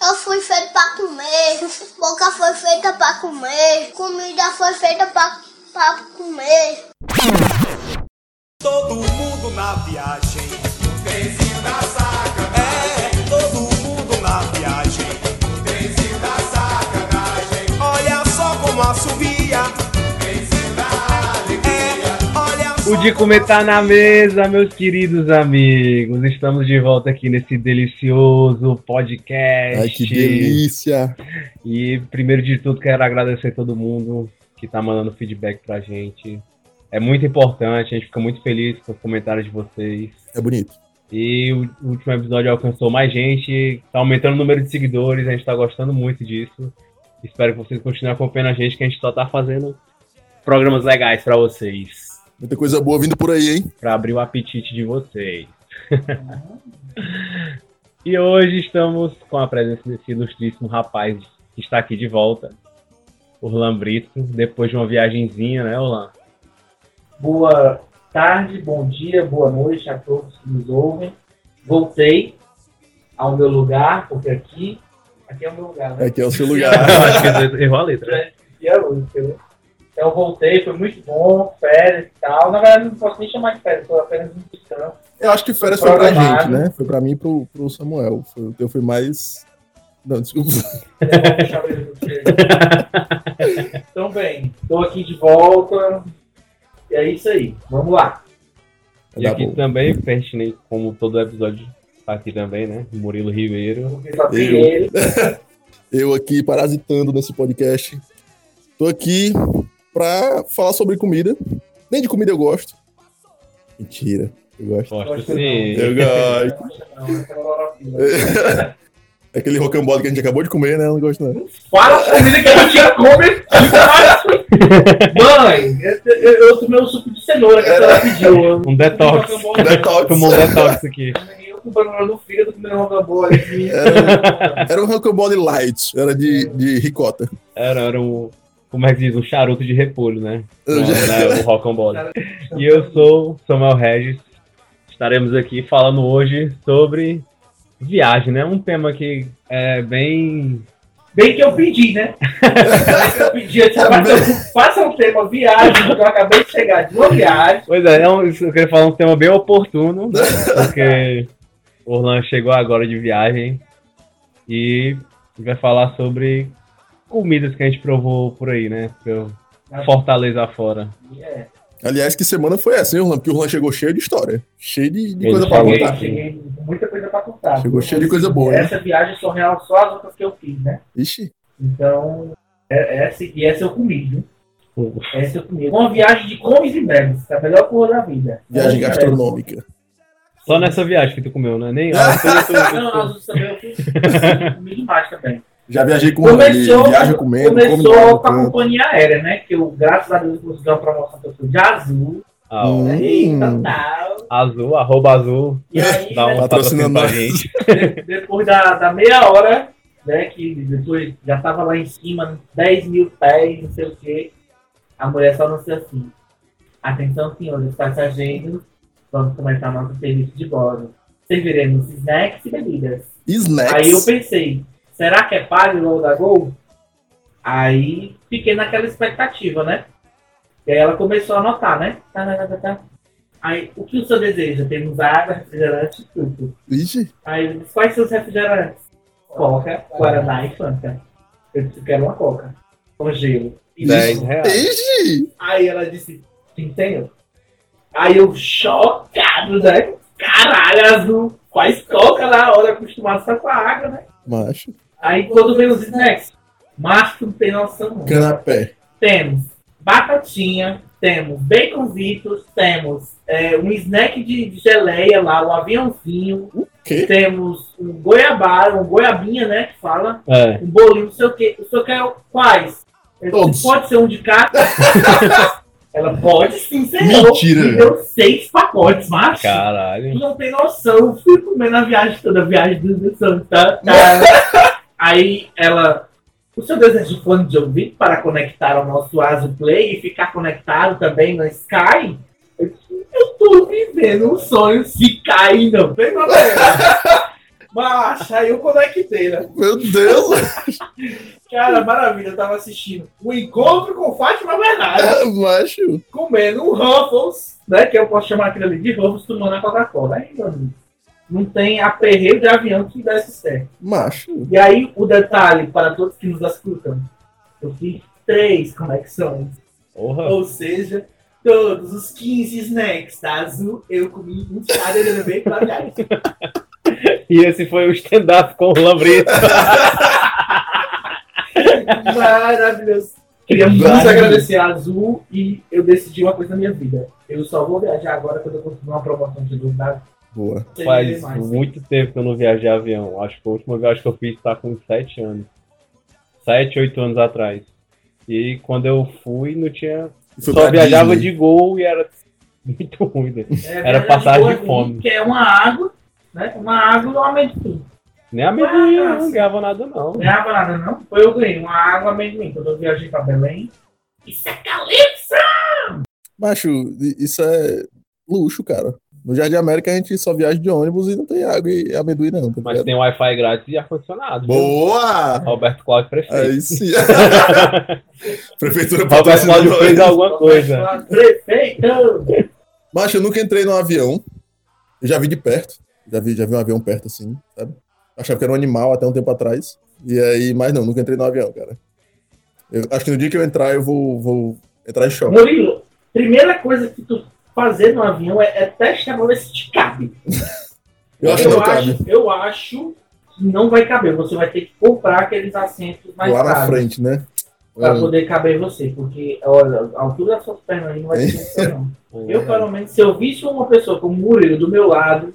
Eu fui feito pra comer, boca foi feita pra comer, comida foi feita pra, pra comer. Todo mundo na viagem. O trenzinho da sacanagem. É, todo mundo na viagem. O trenzinho da sacanagem. Olha só como assobia. O trenzinho da alegria. É, olha O de comer tá na mesa, meus queridos amigos. Estamos de volta aqui nesse delicioso podcast. Ai, que delícia! E primeiro de tudo, quero agradecer a todo mundo que tá mandando feedback pra gente. É muito importante, a gente fica muito feliz com os comentários de vocês. É bonito. E o o último episódio alcançou mais gente, tá aumentando o número de seguidores, a gente tá gostando muito disso. Espero que vocês continuem acompanhando a gente, que a gente só tá fazendo programas legais pra vocês. Muita coisa boa vindo por aí, hein? para abrir o apetite de vocês. e hoje estamos com a presença desse ilustríssimo rapaz que está aqui de volta, Orlan Brito, depois de uma viagenzinha, né, Orlan? Boa tarde, bom dia, boa noite a todos que nos ouvem. Voltei ao meu lugar, porque aqui, aqui é o meu lugar, né? Aqui é o seu Eu lugar. acho que eu errou a letra. Aqui é a música, né? Então voltei, foi muito bom, férias e tal. Na verdade, não posso nem chamar de férias, foi apenas um descanso. Eu acho que férias foi pra Programado. gente, né? Foi pra mim e pro, pro Samuel. Foi, o teu foi mais. Não, desculpa. Eu vou puxar o dedo do Diego. então, bem, estou aqui de volta. E é isso aí, vamos lá. E Tá aqui bom. também, pertinente, como todo episódio tá aqui também, né? Murilo Ribeiro. Porque só tem Eu. ele. Eu aqui parasitando nesse podcast. Tô aqui pra falar sobre comida. Nem de comida eu gosto. Mentira, eu gosto. Gosto Gosto sim. Eu gosto. Não, essa é a Lorofila. É Aquele rocambole que a gente acabou de comer, né? Eu não gosto, não. Fala a comida que eu tinha comido. Mãe, eu, eu, eu tomei um suco de cenoura que a senhora pediu. Um detox. Eu Detox. Tomou um detox aqui. né? Eu com problema no fígado, comendo um rocambole aqui. Era um rocambole light. Era de, de ricota. Era, era o. Como é que diz? O charuto de repolho, né? Eu já- né, o Rock'n'Ball. E eu sou o Samuel Regis. Estaremos aqui falando hoje sobre viagem, né? Um tema que é bem. Bem que eu pedi, né? Bem que eu pedi, eu disse, faça, faça um tema viagem, porque eu acabei de chegar de uma viagem. Pois é, é um- eu queria falar um tema bem oportuno, né? porque o Orlando chegou agora de viagem e vai falar sobre comidas que a gente provou por aí, né? Pelo Fortaleza fora. É, Aliás, que semana foi essa, hein, Orlan? Porque o Orlan chegou cheio de história. Cheio de, de Ele coisa pra falou cheguei, contar. cheguei com muita coisa pra contar. Chegou cheio de coisa boa, né? Essa viagem só real só as outras que eu fiz, né? Ixi, Então, é- essa, e essa eu comi, viu? Pô. Essa eu comi. É Uma viagem de comes e bebes, a melhor coisa da vida. viagem Comes e gastronômica. Só nessa viagem que tu comeu, né? É. Nem a bebes. Não, as outras também eu fiz. eu comi demais também. Já viajei com Começou- ele, viaja comendo, come no Começou tá lado do com a canto. companhia aérea, né? Que eu, graças a Deus, consegui uma promoção que eu fui de azul. Ah, Hum. Eita, tal. azul, arroba azul, E aí, dá um né, patrocínio Patrocina pra nós. gente. depois da, da meia hora, né? Que depois já tava lá em cima, 10 mil pés, não sei o quê. A mulher só anunciou assim. Atenção, senhores passageiros, vamos começar nosso serviço de bordo. Serviremos snacks e bebidas. Aí eu Snacks. pensei. pensei, será que é pago logo da Gol? Aí fiquei naquela expectativa, né? E aí ela começou a anotar, né? Tá, tá, tá, tá. Aí, o que o senhor deseja? Temos água, refrigerante, tudo. Ixi, Aí eu disse, quais são os refrigerantes? Coca, Guaraná e Fanta. Eu disse, quero uma Coca. Com gelo. E Dez. disse, reais. ixi. Aí ela disse, entendeu? Aí eu chocado, né? Caralho, azul. Faz Coca na hora, acostumado só com a água, né? Macho. Aí quando vem os snacks, macho não tem noção não. Canapé. Temos batatinha, temos baconzitos, temos é, um snack de, de geleia lá, o aviãozinho, Que? temos um goiabá, um goiabinha, né, que fala, É. um bolinho, não sei o que. O senhor quer quais? Eu disse, Todos. Pode ser um de cada? Ela pode sim, senhor. Mentira, Me deu seis pacotes, macho. Caralho. Tu não tem noção, eu fui comendo a viagem toda, a viagem do do tá? Santa. Aí ela. O seu desejo de fone de ouvido para conectar ao nosso Asus Play e ficar conectado também no Sky? Eu disse, "Eu tô vivendo um sonho se cair, não tem problema. Mas aí eu conectei, né? Meu Deus! Cara, maravilha, eu tava assistindo o encontro com Fátima Bernardo, Macho! comendo um Ruffles, né? Que eu posso chamar aquilo ali de Ruffles tomando a Coca-Cola. Aí, meu amigo, não tem aperreio de avião que desse certo. Macho! E aí, o detalhe para todos que nos escutam, eu fiz três conexões. Porra. Ou seja, todos os 15 snacks da Azul, eu comi um de cada e levei pra casa. E esse foi o stand-up com o Lambrito. Maravilhoso. Queria muito agradecer a Azul e eu decidi uma coisa na minha vida. Eu só vou viajar agora quando eu conseguir uma promoção de lugar. Boa. Faz um- muito tempo que eu não viajei de avião. Acho que a última viagem que eu fiz tá com 7 anos. 7, 8 anos atrás. E quando eu fui, não tinha. Foi Só pra viajava Disney. de gol e era muito ruim, né? Era passagem de fome. É Que é uma água, né? Uma água e um amendoim. Nem amendoim, eu Nossa. não ganhava nada, não. Não é água nada, não? Foi eu ganhei uma água e um amendoim quando eu viajei pra Belém. Isso é calypso! Macho, i- isso é luxo, cara. No Jardim América a gente só viaja de ônibus e não tem água e amendoim, não. Tá Mas ligado? tem Wi-Fi grátis e ar-condicionado. viu? Boa! Roberto Cláudio prefeito. Aí tá sim. Prefeitura Roberto patrocina Cláudio fez nós. alguma é. coisa. Prefeito! Macho, eu nunca entrei num avião. Eu já vi de perto. Já vi, já vi um avião perto assim, sabe? Achava que era um animal até um tempo atrás. E aí, mas não, nunca entrei num avião, cara. Eu acho que no dia que eu entrar, eu vou, vou entrar em choque. Murilo, primeira coisa que tu fazer no avião é, é testar pra ver se te cabe. Eu acho que não cabe. eu acho que não vai caber. Você vai ter que comprar aqueles assentos mais Lá na caros frente, né? pra É. poder caber você. Porque, olha, a altura das suas pernas aí não vai ter isso, não. Eu, pelo menos, se eu visse uma pessoa como o Murilo do meu lado,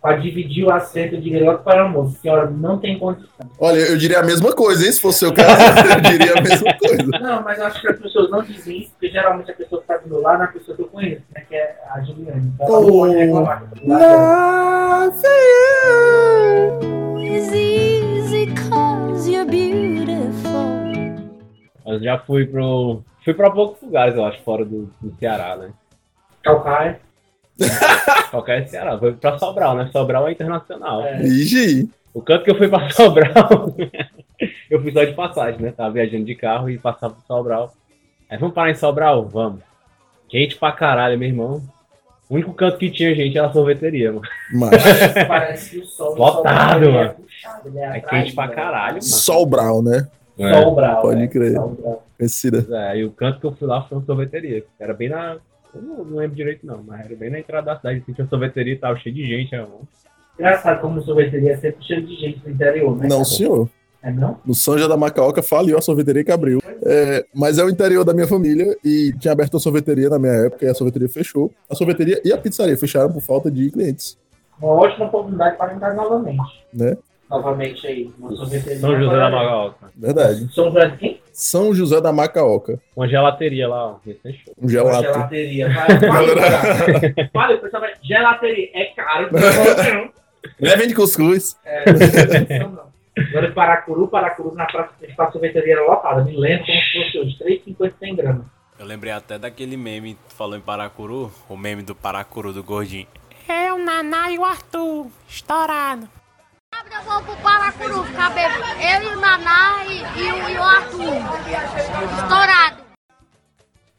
pra dividir o assento, eu diria logo para a moça, senhora, não tem condição. Olha, eu diria a mesma coisa, hein? Se fosse o caso, eu diria a mesma coisa. Não, mas eu acho que as pessoas não dizem isso, porque geralmente a pessoa que tá do meu lado é a pessoa que eu conheço, né? Que é a Juliane. Então, ela não Oh. pode reclamar que eu tô do lado dela. Nossa! is easy cause you're beautiful. Eu já fui pro. Fui pra poucos lugares, eu acho, fora do, do Ceará, né? Calcaia. Qualquer Ceará. Fui pra Sobral, né? Sobral é internacional. É. Ixi! O canto que eu fui pra Sobral, eu fui só de passagem, né? Tava viajando de carro e passava por Sobral. Aí vamos parar em Sobral? Vamos. Gente pra caralho, meu irmão. O único canto que tinha gente era a sorveteria, mano. Mas, Parece que o sol. Lotado, o sol- mano. puxado, ele É atrás, quente pra né? caralho, mano. Sol Brown, né? É. Sol brau. Pode né? crer. Sol brau. Conhecida. Pois é, e o canto que eu fui lá foi uma sorveteria. Era bem na. Eu não, não lembro direito, não, mas era bem na entrada da cidade. assim, Tinha uma sorveteria e tava cheio de gente, né, mano? Engraçado como sorveteria é sempre cheio de gente do interior, né? Não, senhor. É não? No São José da Macaoca faliu a sorveteria que abriu. É, mas é o interior da minha família e tinha aberto uma sorveteria na minha época e a sorveteria fechou. A sorveteria e a pizzaria fecharam por falta de clientes. Uma ótima oportunidade para entrar novamente. Né? Novamente aí. Uma sorveteria. São José da Magalca. Verdade. São José de quem? São José da Macaoca. Uma gelateria lá, ó. Esse é show. Um gelato. Gelateria. Para, para, para, pessoal, mas gelateria é caro. Não, Levem de cuscuz. É, não tem condição, não. Agora, em Paracuru, Paracuru, na praça principal, a sorveteria era lotada. Me lembro como se fosse os 3,50 sem grama. Eu lembrei É até daquele meme, tu falou em Paracuru, o meme do Paracuru do Gordinho. Eu, Naná e o Arthur. Estourado. Eu vou pro Paracuru ficar bebendo. Eu e o Naná e, e o, e o Arthur. Estourado.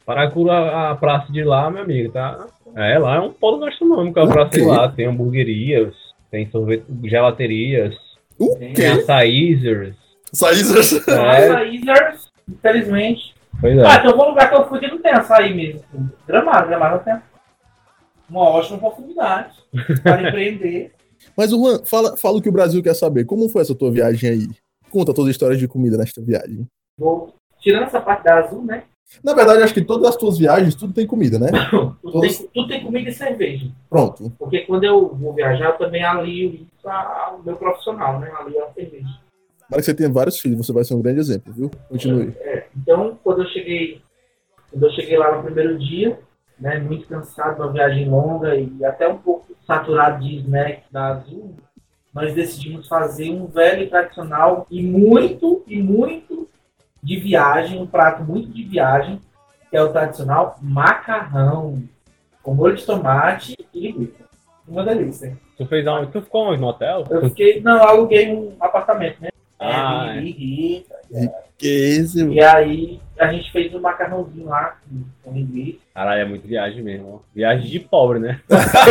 Paracuru, a, a praça de lá, meu amigo, tá? É, lá é um polo gastronômico, a praça de lá. Tem hamburguerias, tem sorvete, gelaterias, O tem quê? açaízers. Açaí. É, Açaí, Zers, infelizmente. pois Ah, é. então vou lugar que eu fui que não tem açaí mesmo. assim. Gramado, gramado não tem. Uma ótima oportunidade para empreender. Mas, Juan, fala, fala o que o Brasil quer saber. Como foi essa tua viagem aí? Conta todas as histórias de comida nesta viagem. Vou, tirando essa parte da azul, né? Na verdade, acho que todas as tuas viagens, tudo tem comida, né? Tudo tem, tudo tem comida e cerveja. Pronto. Porque quando eu vou viajar, eu também alio isso a- ao meu profissional, né? Alio a cerveja. Para que você tenha vários filhos, você vai ser um grande exemplo, viu? Continue. Então, quando eu cheguei, quando eu cheguei lá no primeiro dia, né, muito cansado, uma viagem longa e até um pouco saturado de snack da Azul, nós decidimos fazer um velho e tradicional e muito, e muito de viagem, um prato muito de viagem, que é o tradicional macarrão, com molho de tomate e linguiça. Uma delícia. Tu fez aonde? Tu ficou onde? No hotel? Eu fiquei, não, eu aluguei um apartamento, né? Ah, é, Airbnb, Que isso, mano. E aí a gente fez um macarrãozinho lá com- com linguiça. Caralho, é muito viagem mesmo. ó. Viagem de pobre, né?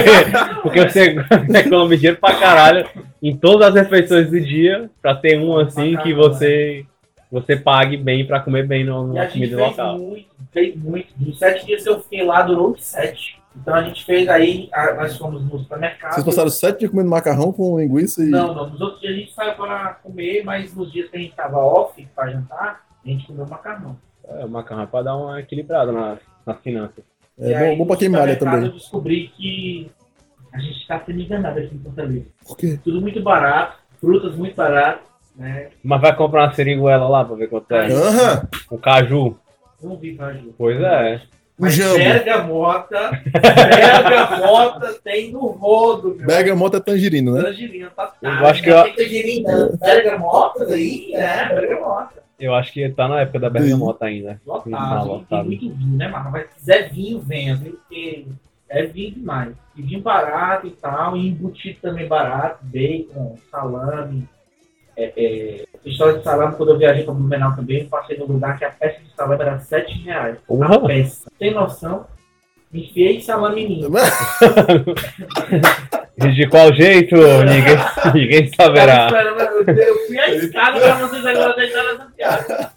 Porque você, você economiza dinheiro pra caralho em todas as refeições do dia pra ter um assim que você, você pague bem pra comer bem no- E a numa gente comida fez local. muito, fez muito. Dos sete dias que eu fiquei lá, durou os sete. Então a gente fez aí, a- nós fomos no supermercado. Vocês passaram sete dias comendo macarrão com linguiça e. Não, não. Nos outros dias a gente saiu pra comer, mas nos dias que a gente tava off pra jantar, a gente comeu macarrão. É, o macarrão é pra dar uma equilibrada na- nas finanças. É E bom- aí, tá bom pra no quem malha supermercado, também. Eu descobri que a gente tá sendo enganado aqui em Fortaleza. Por quê? Tudo muito barato, frutas muito baratas, né? Mas vai comprar uma seringuela lá pra ver quanto é. Aham, Um caju. Não vi Caju. Pois é. um Mas jambo. bergamota, bergamota tem no rodo, meu. Bergamota é tangerina, né? Tangerina, tá Eu acho que eu- Tem tangerina, bergamota aí, é, bergamota. Eu acho que tá na época da Uhum. bergamota ainda. Lotado, Hum, e tá tem muito vinho, né, mano? Mas se quiser vinho, venha, viu? Porque é vinho demais. E vinho barato e tal, e embutido também barato, bacon, salame. É, é, História de salame, quando eu viajei pra Blumenau também, eu passei num lugar que a peça de salame era R$ 7 reais. Porra. A peça. Tem noção? Enfiei salame em mim. E de qual jeito? Ninguém, ninguém saberá. Eu, eu, eu fui arriscado pra vocês agora deixarem essa piada.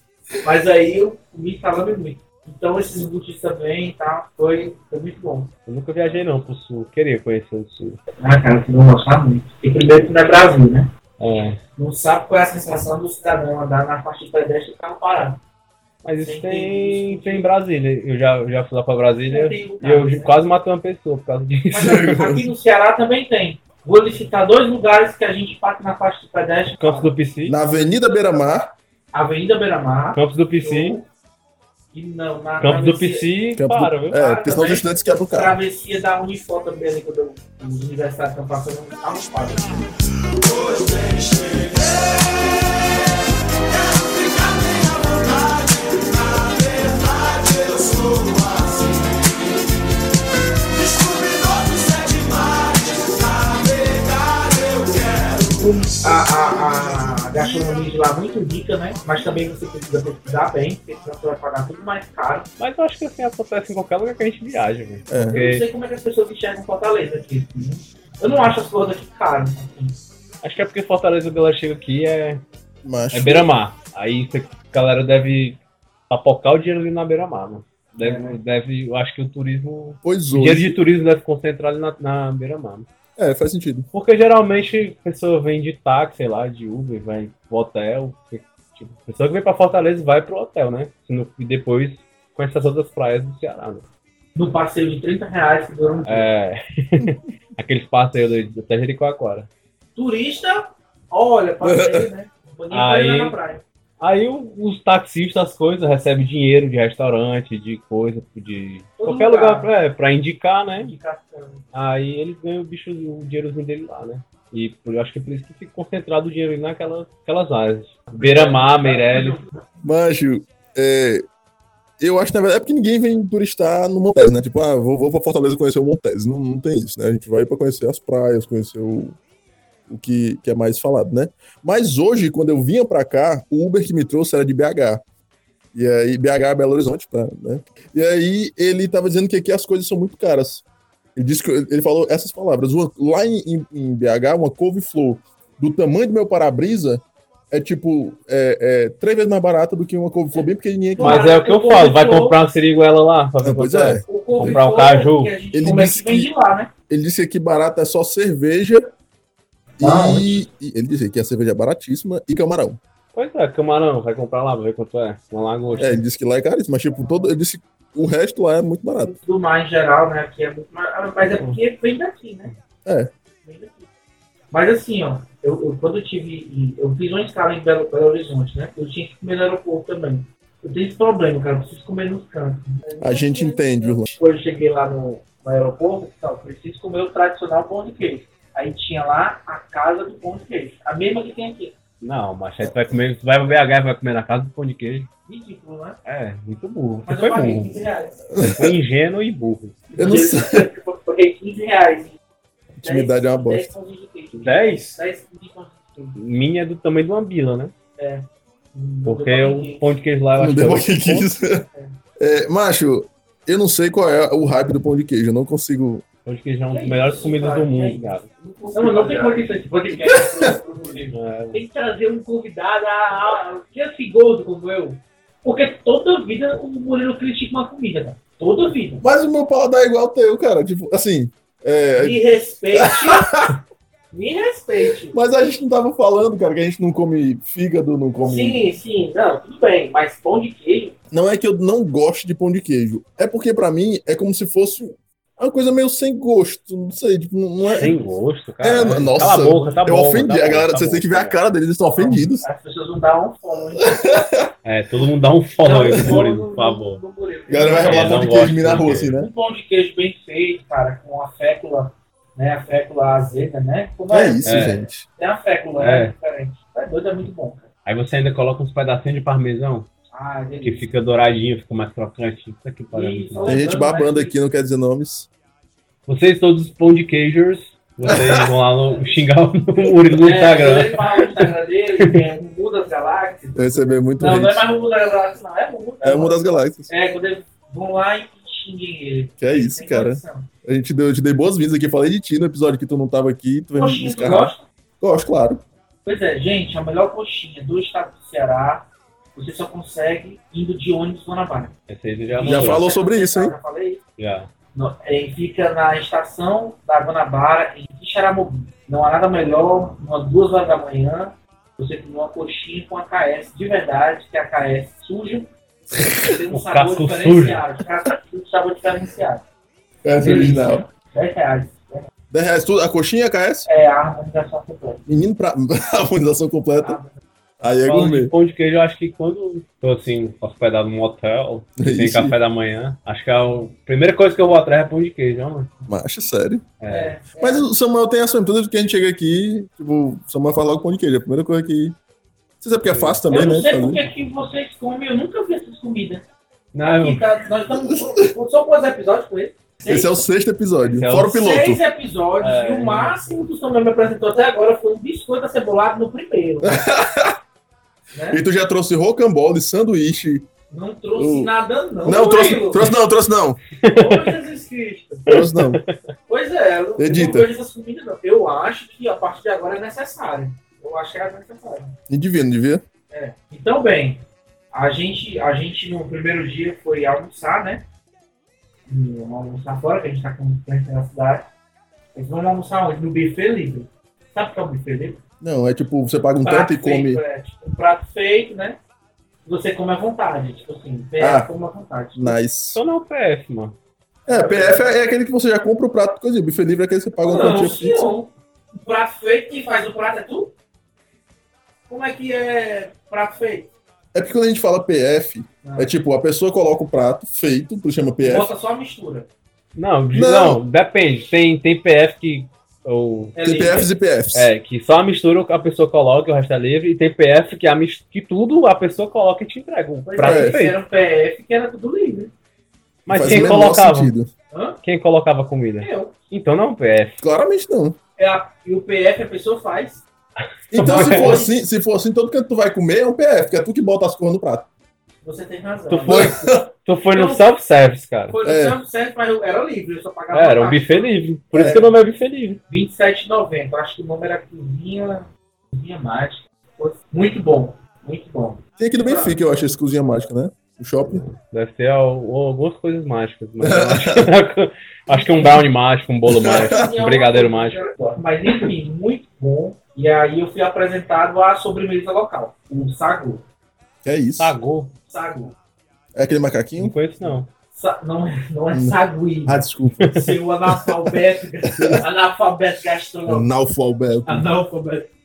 Mas aí eu comi salame muito. Então esses embutidos também e tal, foi, foi muito bom. Eu nunca viajei não pro sul. Queria conhecer o sul. Ah, cara, vocês vão gostar muito. E primeiro que não é Brasil, né? É. Não sabe qual é a sensação do cidadão andar na faixa de pedestre e carro parado. Mas isso Sim, tem tem, isso. tem em Brasília. Eu já, eu já fui lá pra Brasília Não tem lugar, e eu né? quase matei uma pessoa por causa disso. Mas aqui- aqui no Ceará também tem. Vou licitar dois lugares que a gente parte na faixa de pedestre. Campos do Pici. Na Avenida Beira Mar, Avenida Beira-Mar. Campos do Pici. E não, na Campos do travessia- Pici. que é pro- Para, viu? É, porque senão os estudantes quebram o carro. Travessia da Unifor também ali quando eu- os universitários estão passando um carro parado. a, a, a gastronomia de lá é muito rica, né? Mas também você precisa pesquisar bem, porque senão você vai pagar tudo mais caro. Mas eu acho que assim acontece em qualquer lugar que a gente viaja, velho. É. Eu não Porque sei como é que as pessoas enxergam Fortaleza aqui. assim, né? Eu não acho as coisas aqui caras. assim. acho que é porque Fortaleza Bela chega aqui é, Mas é beira-mar. Aí cê- a galera deve apocar o dinheiro ali na beira-mar, mano. Deve, deve, eu acho que o turismo. pois O dinheiro de hoje. turismo deve concentrar ali na, na beira-mar. mano. É, faz sentido. Porque geralmente a pessoa vem de táxi, sei lá, de Uber, vai pro hotel. Tipo, a pessoa que vem pra Fortaleza vai pro hotel, né? Se não- E depois conhece as outras praias do Ceará, né? No passeio de 30 reais que dura um dia. É. Aqueles passeios do- até Jericoacoara. Turista, olha, passeio, né? Bonito Aí- olhar na praia. Aí o- os taxistas, as coisas, recebem dinheiro de restaurante, de coisa, de Todo qualquer lugar. lugar, pra, é, pra indicar, né? Indicação. Aí ele ganha o bicho, o dinheirozinho dele lá, né? E por- eu acho que por isso que fica concentrado o dinheiro ali naquelas aquelas áreas. Beira-mar, Meirelles. Mancho, é, eu acho que na verdade é porque ninguém vem turistar no Montes, né? Tipo, ah, vou, vou pra Fortaleza conhecer o Montes. Não, não tem isso, né? A gente vai pra conhecer as praias, conhecer o, o que, que é mais falado, né? Mas hoje, quando eu vinha pra cá, o Uber que me trouxe era de BH. E aí, BH é Belo Horizonte, tá, né? E aí, ele tava dizendo que aqui as coisas são muito caras. Ele disse que ele falou essas palavras. Uma- lá em, em- em BH, uma couve-flor do tamanho do meu para-brisa é tipo é, é, três vezes mais barata do que uma couve-flor bem pequenininha. que- Mas é o que eu falo, vai comprar uma siriguela lá. Pra ver Ah, pois quanto é. O couve-flor Comprar um caju. que a gente Ele come aqui disse vem que- de lá, né? Ele disse que aqui barata é só cerveja. Ah, E, e ele disse que a cerveja é baratíssima e camarão. Pois é, camarão, vai comprar lá, vai ver quanto é. Uma lagosta. É, ele disse que lá é caríssimo, mas tipo, todo, ele disse que o resto lá é muito barato. do mar em geral, né? Que é muito mais, mas é porque vem daqui, né? É. Vem daqui. Mas assim, ó, eu, eu- quando eu tive. em- Eu fiz uma escala em Belo, Belo Horizonte, né? Eu tinha que comer no aeroporto também. Eu tenho esse problema, cara. Eu preciso comer nos cantos. A gente entende, Orlando. Quando eu cheguei lá no, no aeroporto, então, eu preciso comer o tradicional pão de queijo. Aí tinha lá a casa do pão de queijo. A mesma que tem aqui. Não, mas aí tu vai comer, tu vai pro BH e vai comer na casa do pão de queijo. Ridículo, né? É, muito burro. Você Mas foi eu paguei burro. 15 reais. Você foi ingênuo e burro. Eu não sei. Eu paguei 15 reais. Intimidade é uma bosta. 10 pontos de queijo. 10? 10 pontos de queijo. Minha é do tamanho de uma bila, né? É. Porque o pão de queijo lá eu Não acho deu que o que quis. É, macho, eu não sei qual é o hype do pão de queijo. Eu não consigo. pão de queijo é uma das melhores comidas do mundo, cara. Não, mas não tem condições de podcast. Tem que trazer um convidado a, a, que é assim, gordo como eu. Porque toda vida o Murilo critica uma comida, cara. Toda vida. Mas o meu paladar é igual ao teu, cara. Tipo, assim. é, Me respeite. me respeite. Mas a gente não tava falando, cara, que a gente não come fígado, não come. Sim, sim, não, tudo bem, mas pão de queijo. Não é que eu não gosto de pão de queijo. É porque pra mim é como se fosse uma coisa meio sem gosto. Não sei, tipo, não é. Sem gosto, cara. É, nossa, Cala a boca, tá eu bom. ofendi. tá a bom, galera, tá vocês bom, têm que ver tá a cara deles, eles estão ofendidos. As pessoas não dão fome. bom. É, todo mundo dá um follow aí, Não, Murilo, não, por favor. não, Murilo. A galera vai É, rolar pão não de queijo gosto de mim na de rua, queijo. assim, né? Um pão de queijo bem feito, cara, com a fécula, né? A fécula azeda, né? Como É isso, É. gente. Tem a fécula, É. né? Diferente. É doido, é muito bom, cara. Aí você ainda coloca uns pedacinhos de parmesão, Ah, que delícia. fica douradinho, fica mais crocante. Isso aqui parece muito Isso. bom. Tem gente babando aqui, não quer dizer nomes. Vocês todos os pão de queijos, vocês vão lá no, xingar o Murilo no É, Instagram. ele fala no Instagram dele, é Mumu das Galáxias. Eu recebi muito Não, não é hate. mais Mumu das Galáxias, não. É Mumu das É uma das galáxias. É, quando eles vão lá e xinguem ele. Que é isso, Sem cara. condição. A gente deu, eu te dei boas-vindas aqui. Falei de ti no episódio que tu não tava aqui. Tu veio me Coxinha, buscar. tu gosta? Gosto, claro. Pois é, gente, a melhor coxinha do estado do Ceará, você só consegue indo de ônibus Guanabara. Esse aí já, Já mandou, falou sobre isso, hein? Já falei? Já. Não, é, fica na estação da Guanabara, em Quixaramobi. Não há nada melhor, umas duas horas da manhã, você comer uma coxinha com a KS de verdade, que é a KS suja. que Tem um O sabor casco diferenciado. casco sujo, um sabor diferenciado. É original. 10 reais. 10 reais tudo. A coxinha, KS? É a harmonização completa. Menino pra harmonização completa. Ah, Aí é um Falando de gourmet. pão de queijo, eu acho que quando tô assim, hospedado num hotel, É tem isso. café da manhã, acho que é o- a primeira coisa que eu vou atrás é pão de queijo, ó, mano. Macho, sério. É. Mas o Samuel tem essa. Toda vez que a gente chega aqui, tipo, o Samuel fala logo pão de queijo. É a primeira coisa que. Você sabe que é fácil também, Eu não né? sei fazer. porque que vocês comem, eu nunca vi essas comidas. Não, Aqui, tá, nós estamos só- só quantos episódios com ele? Seis, Esse é o sexto episódio. Esse é o Fora o piloto. seis episódios. É. E o máximo que o Samuel me apresentou até agora foi um biscoito acebolado no primeiro. E tu já trouxe rocambole, sanduíche. Não trouxe Uh. nada, não. Não, trouxe, Murilo. trouxe não, trouxe não. Ô, Jesus Cristo. Trouxe não. Pois é, eu não Edita. vejo essas comidas, não. Eu acho que a partir de agora é necessário. Eu acho que era necessário. E devia, devia. É. Então, bem, a gente, a gente no primeiro dia foi almoçar, né? E Vamos almoçar fora, que a gente tá com cliente na cidade. Eles vão almoçar onde? No buffet livre. Sabe o que é o buffet livre? Não, é tipo, você paga um Prato tanto e come. feito, é, tipo, um prato feito, né? Você come à vontade, tipo assim, você Ah. come à vontade. Nice. só não é o PF, mano. É, PF é é aquele que você já compra o prato, coisa. Buffet livre é aquele que você paga uma Não, quantia fixa. senhor. O um prato feito, quem faz o prato é tu? Como é que é prato feito? É porque quando a gente fala PF, Ah. é tipo, a pessoa coloca o prato feito, por isso chama PF. Bota só a mistura. Não, de- Não. não, depende. Tem, tem PF que. Ou, É Tem livre. PFs e PFs. é, que só a mistura a pessoa coloca e o resto é livre. E tem PF que, a mis- que tudo a pessoa coloca e te entrega. Um Pois prato é, feito. era um PF que era tudo livre. Mas Faz o quem menor colocava? sentido. Hã? Quem colocava a comida? Eu. Então não é um PF. Claramente não. É a- e o PF a pessoa faz. Então, se for assim, se for assim, todo canto que tu vai comer é um PF, que é tu que bota as cores no prato. Você tem razão. Tu foi, tu foi no Não. self-service, cara. Foi Ah. no É. self-service, mas eu- era livre, eu só pagava É, era um taxa. buffet livre. Por isso que o nome é buffet livre. 27,90. Eu Acho que o número era cozinha, cozinha mágica. Muito bom, muito bom. Tem aqui do Benfica, eu acho, esse cozinha mágica, né? O shopping. Deve ser al- algumas coisas mágicas. Mas eu acho, que, acho que um brownie mágico, um bolo mágico, um brigadeiro mágico. Mas enfim, muito bom. E aí eu fui apresentado à sobremesa local, o sagu. Que é isso. Sagou. Sagu. É aquele Não macaquinho? conheço, não. Sa- não, é- não é sagui. Ah, desculpa. Seu analfabeto, analfabeto É gastronômico. Analfabeto. analfabeto. Ah,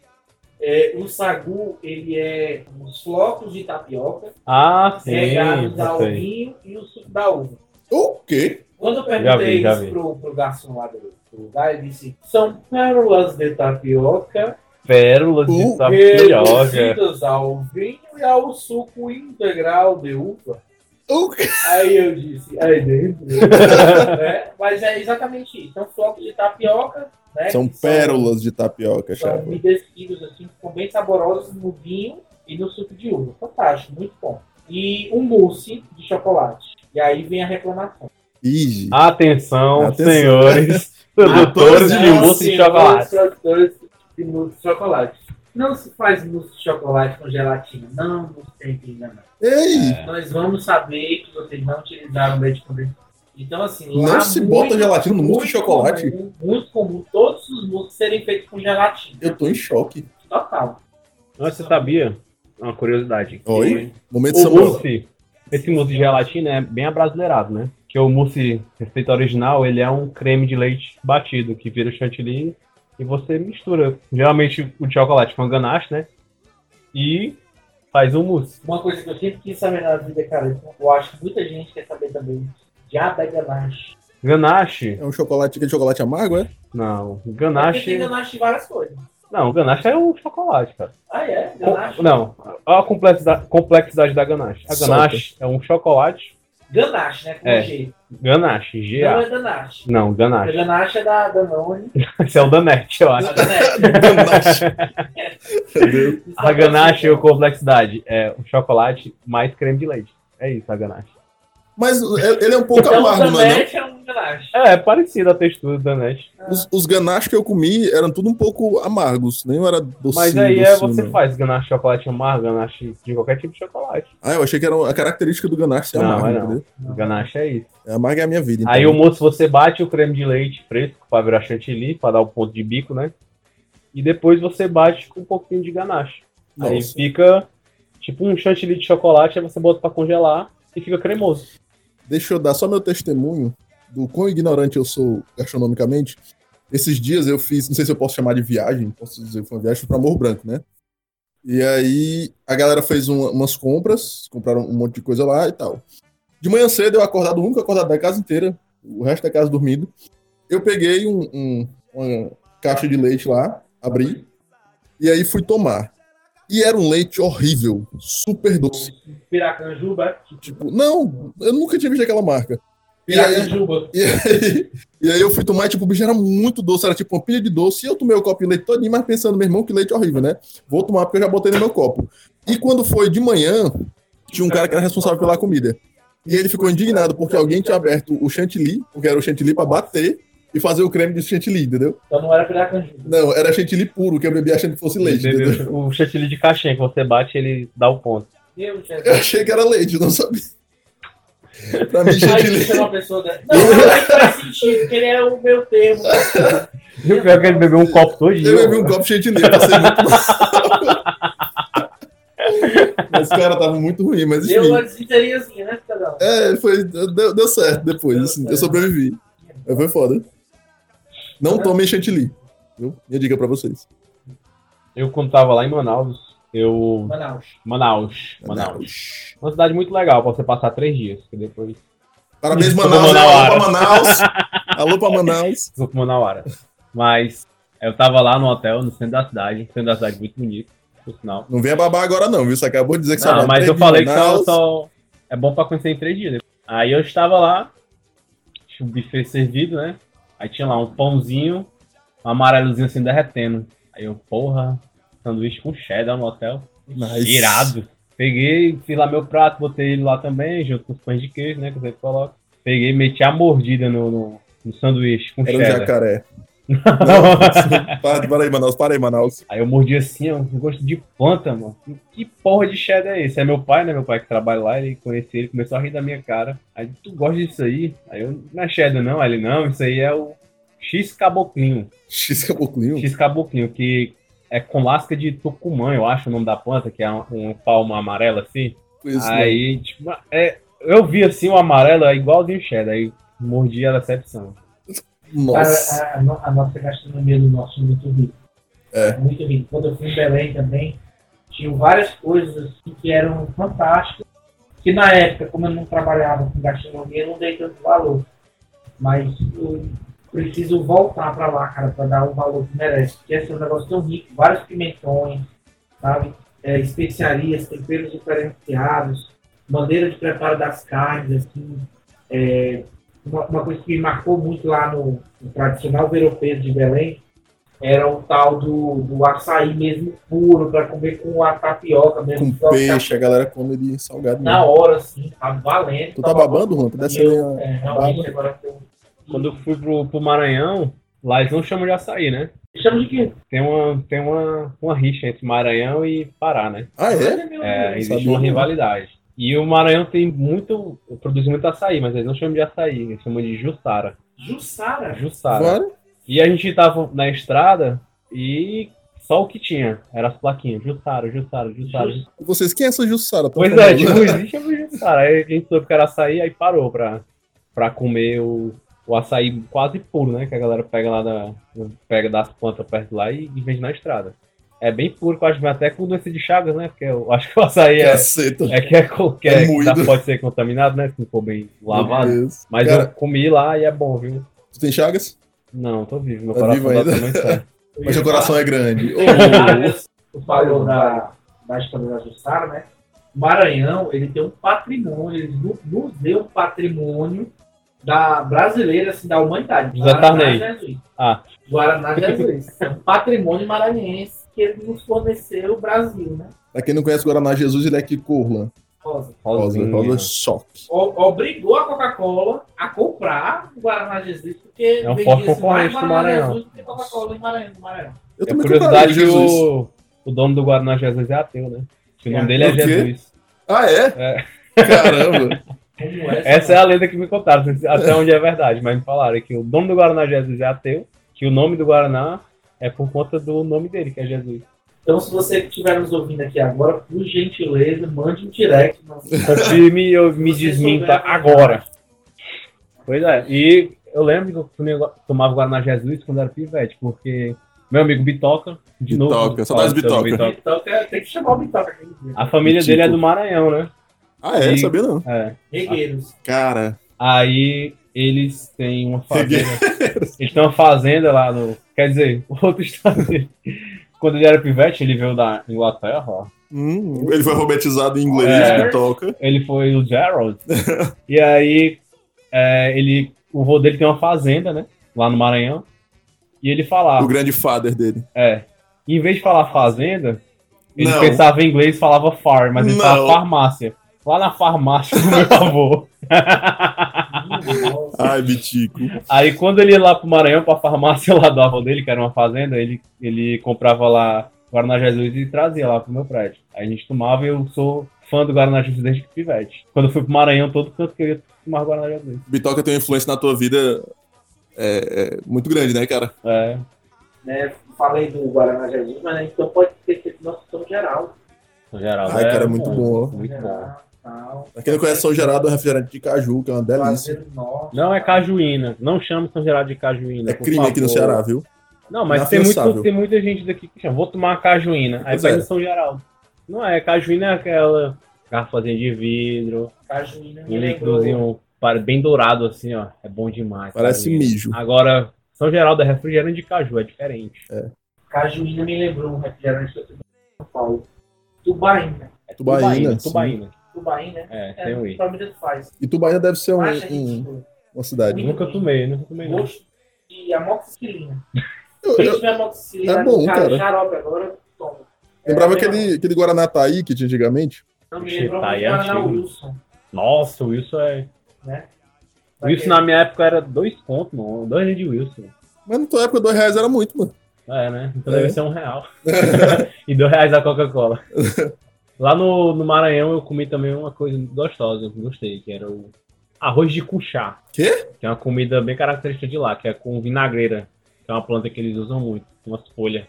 É, o sagu, ele é uns flocos de tapioca, Ah, sim. regados eu ao sei. vinho e o suco da uva. O quê? Quando eu Já vi, perguntei já isso vi. pro, pro garçom lá do, do lugar, ele disse, são pérolas de tapioca Pérolas de Uh, tapioca. é. reduzidas ao vinho e ao suco integral de uva. O quê? Aí eu disse, aí dentro. né? Mas é exatamente isso. São flocos de tapioca, né? São que pérolas de tapioca, São chapa. umedecidos, assim, que ficam bem saborosos no vinho e no suco de uva. Fantástico, muito bom. E um mousse de chocolate. E aí vem a reclamação. Ige. Ah. Atenção, Atenção. senhores produtores de Não mousse se de chocolate. faz produtores de mousse de chocolate. Não se faz mousse de chocolate com gelatina. Não nos tentem enganar. Ei! É. Nós vamos saber que vocês não utilizaram leite condensado. Então, assim, lá Não se bota gelatina no mousse de chocolate? comum, muito comum todos os mousses serem feitos com gelatina. Eu tô em choque. Total. Nossa, você sabia? Uma curiosidade. que Oi? Momento O Samuel. mousse, esse mousse de gelatina é bem abrasileirado, né? Que o mousse receita original, ele é um creme de leite batido, que vira chantilly e você mistura. Geralmente o de chocolate com a ganache, né? E faz um mousse. Uma coisa que eu sempre quis saber na vida, cara, eu acho que muita gente quer saber também. Diabo é ganache. Ganache? É um chocolate, aquele chocolate amargo, é? Não. Porque tem Ganache. ganache de várias coisas. Não, ganache é o chocolate, cara. Ah, é? Com- Ganache? não. Olha a complexidade, complexidade da ganache. A ganache é um chocolate. Ganache, né? Com É. G. Ganache, Não G-A. é ganache. Não, A ganache. ganache é da Danone. Esse é o Danete, eu acho. A ganache. Ganache. Meu Deus. A ganache ou complexidade é o chocolate mais creme de leite. É isso, a ganache. Mas é- ele é um pouco Então, amargo, não é? ganache é um ganache. É, é parecido a textura do danete. não? Os, os ganaches que eu comi eram tudo um pouco amargos. Nem era docinho. Mas aí é, docinho, você não. faz ganache de chocolate amargo, ganache de qualquer tipo de chocolate. Ah, eu achei que era a característica do ganache ser Não, amargo, é não. entendeu? Ganache é isso. Amargo é a minha vida, então. Aí o moço, você bate o creme de leite fresco pra virar chantilly, pra dar o ponto de bico, né? E depois você bate com um pouquinho de ganache. Aí Nossa, fica tipo um chantilly de chocolate, aí você bota pra congelar e fica cremoso. deixa eu dar só meu testemunho do quão ignorante eu sou gastronomicamente. Esses dias eu fiz, não sei se eu posso chamar de viagem, posso dizer que foi uma viagem para Morro Branco, né? E aí a galera fez uma- umas compras, compraram um monte de coisa lá e tal. De manhã cedo eu acordado, o único acordado da casa inteira, o resto da casa dormindo. Eu peguei um- um- uma caixa de leite lá, abri, e aí fui tomar. E era um leite horrível, super doce. Piracanjuba. Tipo, não, eu nunca tinha visto aquela marca. E aí, Piracanjuba. e aí, e aí eu fui tomar, e, tipo, o bicho era muito doce, era tipo uma pilha de doce, e eu tomei o copo de leite todinho, mas pensando, meu irmão, que leite horrível, né? Vou tomar porque eu já botei no meu copo. E quando foi de manhã, tinha um cara que era responsável pela comida. E ele ficou indignado porque alguém tinha aberto o chantilly, porque era o chantilly pra bater e fazer o creme de chantilly, entendeu? Então não era piracanjuba. Não, era chantilly puro, que eu bebi achando que fosse leite, entendeu? Entendeu? O chantilly de caixinha que você bate, ele dá o ponto. Deus, Jesus. Eu achei que era leite, eu não sabia. pra mim, Ai, isso é chantilly... uma pessoa da... Não, não faz sentido, porque ele é o meu termo. E o pior é que ele bebeu um copo todinho. Eu bebi um copo de chantilly, pra ser muito Mas, cara, tava muito ruim, mas Deu enfim. uma desinterinhazinha, né, cidadão? É, foi, deu, deu certo depois, Deu assim, certo. eu sobrevivi. Mas foi foda. Não Tá. tomem chantilly. Viu? Minha dica pra vocês. Eu, quando tava lá em Manaus, eu. Manaus. Manaus. Manaus. Manaus. Uma cidade muito legal pra você passar três dias. Que depois. Parabéns, Isso, Manaus. Manaus. Alô pra Manaus. Alô pra Manaus. Sou com Manauara. Mas eu tava lá no hotel, no centro da cidade. Centro da cidade muito bonito, por sinal. Não venha babar agora, não, viu? Você acabou de dizer que só Não, vai mas ter eu falei que só, Manaus. só- é bom pra conhecer em três dias. né? Aí eu estava lá, tinha o buffet servido, né? Aí tinha lá um pãozinho, um amarelozinho assim derretendo. Aí eu, porra, sanduíche com cheddar no hotel. Nice. Irado. Peguei, fiz lá meu prato, botei ele lá também, junto com os pães de queijo, né? Que eu sempre coloco. Peguei, meti a mordida no, no, no sanduíche com Era um cheddar. jacaré. Para, para aí, Manaus. Para aí, Manaus. Aí eu mordi assim, ó, um gosto de planta, mano. Que porra de cheddar é esse? É meu pai, né? Meu pai que trabalha lá, ele conheceu ele, começou a rir da minha cara. Aí tu gosta disso aí? Aí eu, não é cheddar não, Aí ele, não, isso aí é o X caboclinho. X caboclinho. X caboclinho, que é com lasca de tucumã, eu acho o nome da planta, que é um, um palma amarela assim. Isso, né? Aí, tipo, é, eu vi assim o amarelo é igualzinho o cheddar, aí mordi a decepção. Nossa. A, a, a no- a nossa gastronomia do nosso é muito rica. É. Muito rica. Quando eu fui em Belém também, tinham várias coisas assim, que eram fantásticas. Que na época, como eu não trabalhava com gastronomia, eu não dei tanto valor. Mas eu preciso voltar pra lá, cara, pra dar o valor que merece. Porque esse é um negócio tão rico. Vários pimentões, sabe? É, especiarias, temperos diferenciados. maneira de preparo das carnes, assim, é, uma, uma coisa que me marcou muito lá no, no tradicional veropeso de Belém era o tal do, do açaí mesmo puro, para comer com a tapioca mesmo. Com só ficar peixe, a galera come de salgado. Na mesmo. hora, assim, tá valendo. Tu tá babando, Juan? Tu desce E eu, ali a- é, a realmente, baba? agora que eu- Quando eu fui pro, pro Maranhão, lá eles não chamam de açaí, né? Chama de quê? Tem uma, tem uma, uma rixa entre Maranhão e Pará, né? Ah, é? É, existe sabia, uma não. rivalidade. E o Maranhão tem muito, produz muito açaí, mas eles não chamam de açaí, eles chamam de Jussara. Jussara. Jussara. Claro. E a gente tava na estrada e só o que tinha era as plaquinhas. Jussara, Jussara, Jussara. Jussara. Vocês, quem é essa Jussara? Tão Pois é, famosa. tipo, existe a Jussara. Aí a gente soube que era açaí, aí parou pra, pra comer o, o açaí quase puro, né? Que a galera pega lá da, pega das plantas perto lá e, e vende na estrada. É bem puro, que eu acho que até com doença de Chagas, né? Porque eu acho que o açaí é, Caceta. é que é qualquer É que moído. pode ser contaminado, né? Se não for bem lavado. Meu Deus. Mas Cara, eu comi lá e é bom, viu? tu tem chagas? Não, tô vivo. Meu Tá coração vivo tá ainda? muito certo. Mas o coração é grande. Ô, Tu falou da, da história da Jussara, né? O Maranhão, ele tem um patrimônio, ele mu- museu um patrimônio da brasileira, assim, da humanidade. José Tarney. Jesus. Ah. Guaraná Jesus. É um patrimônio maranhense que ele nos forneceu o Brasil, né? pra quem não conhece o Guaraná Jesus, ele é que Corlan. Rosa. Rosa, Rosinha. Rosa Choque. O- obrigou a Coca-Cola a comprar o Guaraná Jesus, porque É um vendia-se forte mais concorrente do Maranhão. Jesus do que Coca-Cola em Maranhão. no Maranhão. Eu É também curiosidade compraria que Jesus. o, o dono do Guaraná Jesus é ateu, né? Que O nome É. dele é O quê? Jesus. Ah, é? Caramba. Como essa, Essa é a lenda que me contaram, não sei até onde é verdade, mas me falaram que o dono do Guaraná Jesus é ateu, que o nome do Guaraná é por conta do nome dele, que é Jesus. Então, se você que estiver nos ouvindo aqui agora, por gentileza, mande um direct. Nós Confirme e eu- me Você desminta souber. agora. Pois é, e eu lembro que eu tomei- tomava Guaraná Jesus quando era pivete, porque meu amigo Bitoca, de Bitoca, novo. saudades fala sobre Bitoca. Bitoca, então, tem que chamar o Bitoca aqui. né? A família Bitico. dele é do Maranhão, né? Ah, é? E- Sabia não. É. Regueiros. Cara, Aí eles têm uma fazenda. eles têm uma fazenda lá no. Quer dizer, outro estado dele. Quando ele era pivete, ele veio da Inglaterra, ó. hum, ele foi alfabetizado em inglês, É. Bitoca. Ele foi o Gerald. e aí é, ele. O vô dele tem uma fazenda, né? Lá no Maranhão. E ele O falava, grande father dele. é. Em vez de falar fazenda, ele Não. pensava em inglês e falava farm, mas ele Não. falava farmácia. Lá na farmácia do meu avô. Nossa. Ai, Bitico. Aí quando ele ia lá pro Maranhão, pra farmácia lá do avô dele, que era uma fazenda, ele, ele comprava lá Guaraná Jesus e trazia lá pro meu prédio. Aí a gente tomava e eu sou fã do Guaraná Jesus desde que pivete. Quando eu fui pro Maranhão, todo canto que eu ia tomar Guaraná Jesus. Bitoca tem uma influência na tua vida é, é, muito grande, né, cara? É, Né, Falei do Guaraná Jesus, mas a gente não pode esquecer do nosso São Geraldo. São Geraldo. É, Ai, cara, muito bom. Muito bom. Tal, Pra quem não conhece São Geraldo, é um refrigerante de caju, que é uma delícia. Juazeiro do Norte. Não é cajuína. Não chama São Geraldo de cajuína. É por crime aqui no favor. Ceará, viu? Não, mas tem, muito, Inafiançável. tem muita gente daqui que chama, vou tomar cajuína. Aí Pois vai é. no São Geraldo. Não é, cajuína é aquela garfazinha de vidro, Cajuína me Um lembrou. líquidozinho para- bem dourado, assim, ó. É bom demais. Parece cara. mijo. Agora, São Geraldo é refrigerante de caju, é diferente. Cajuína me lembrou um refrigerante que eu tomei em São Paulo. Tubaína. É Tubaína, Tubaína. Tubaína. Tubaína, né? É, tem um i. pra mim tanto faz. E Tubaína deve ser um- Mas, um- gente, uma cidade. Nunca tomei, nunca tomei. Não. gosto de amoxicilina. Eu- Se eu- eu tiver amoxicilina, É bom, cara, cara. xarope agora, eu tomo. lembrava É, aquele, aquele Guaraná Taí que tinha antigamente. Não me Ixi, lembrou tá muito aí Guaraná antigo. Wilson. Nossa, o Wilson é. Né? O Wilson na minha época era dois contos, mano. Dois reais de Wilson. Mas na tua época, dois reais era muito, mano. É, né? Então É. deve ser um real. e dois reais a Coca-Cola. Lá no, no Maranhão eu comi também uma coisa gostosa, que eu gostei, que era o arroz de cuchá. Quê? Que é uma comida bem característica de lá, que é com vinagreira, que é uma planta que eles usam muito, umas folhas.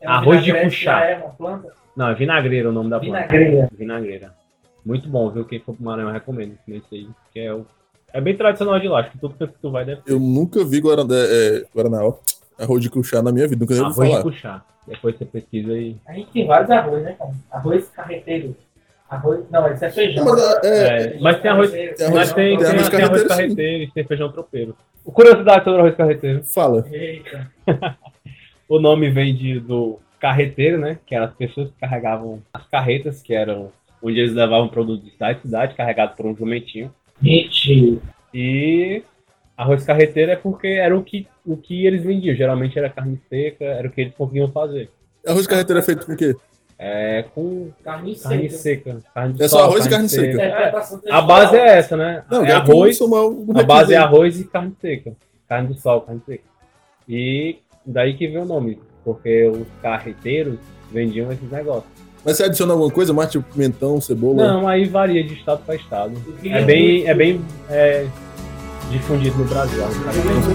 É um Arroz de vinagrete, puxar. já É uma planta. Não, é vinagreira o nome da planta. Vinagreira. Vinagreira. Muito bom, viu? Quem for pro Maranhão eu recomendo comer isso aí, que é o... É bem tradicional de lá, acho que todo canto que tu vai deve Eu nunca vi Guaraná, é, Guaraná ó, arroz de cuchá na minha vida, nunca nem ouvi arroz de falar. cuchá. Depois você pesquisa aí. A gente tem vários arroz, né, cara? Arroz carreteiro. Arroz. Não, esse é feijão. Mas, é, É, mas tem arroz, Feijão tem arroz- mas tem, tem, tem arroz carreteiro, sim. e tem feijão tropeiro. O curiosidade sobre o arroz carreteiro. Fala. Eita. O nome vem de, do carreteiro, né? Que eram as pessoas que carregavam as carretas, que eram onde eles levavam produtos de cidade em cidade, carregado por um jumentinho. Mentira. E arroz carreteiro é porque era o que, o que eles vendiam. Geralmente era carne seca, era o que eles conseguiam fazer. Arroz de carreteira é feito com o quê? É com Carne carne seca. seca. Carne de É só sol, arroz e carne seca. É, É, A base é essa, né? é já arroz, tem um que somar o a base é requisito. arroz e carne seca. Carne do sol, carne seca. E daí que vem o nome, porque os carreteiros vendiam esses negócios. Mas você adiciona alguma coisa? Mais tipo pimentão, cebola? Não, aí varia de estado para estado. É bem, é bem é, difundido no Brasil. Com certeza.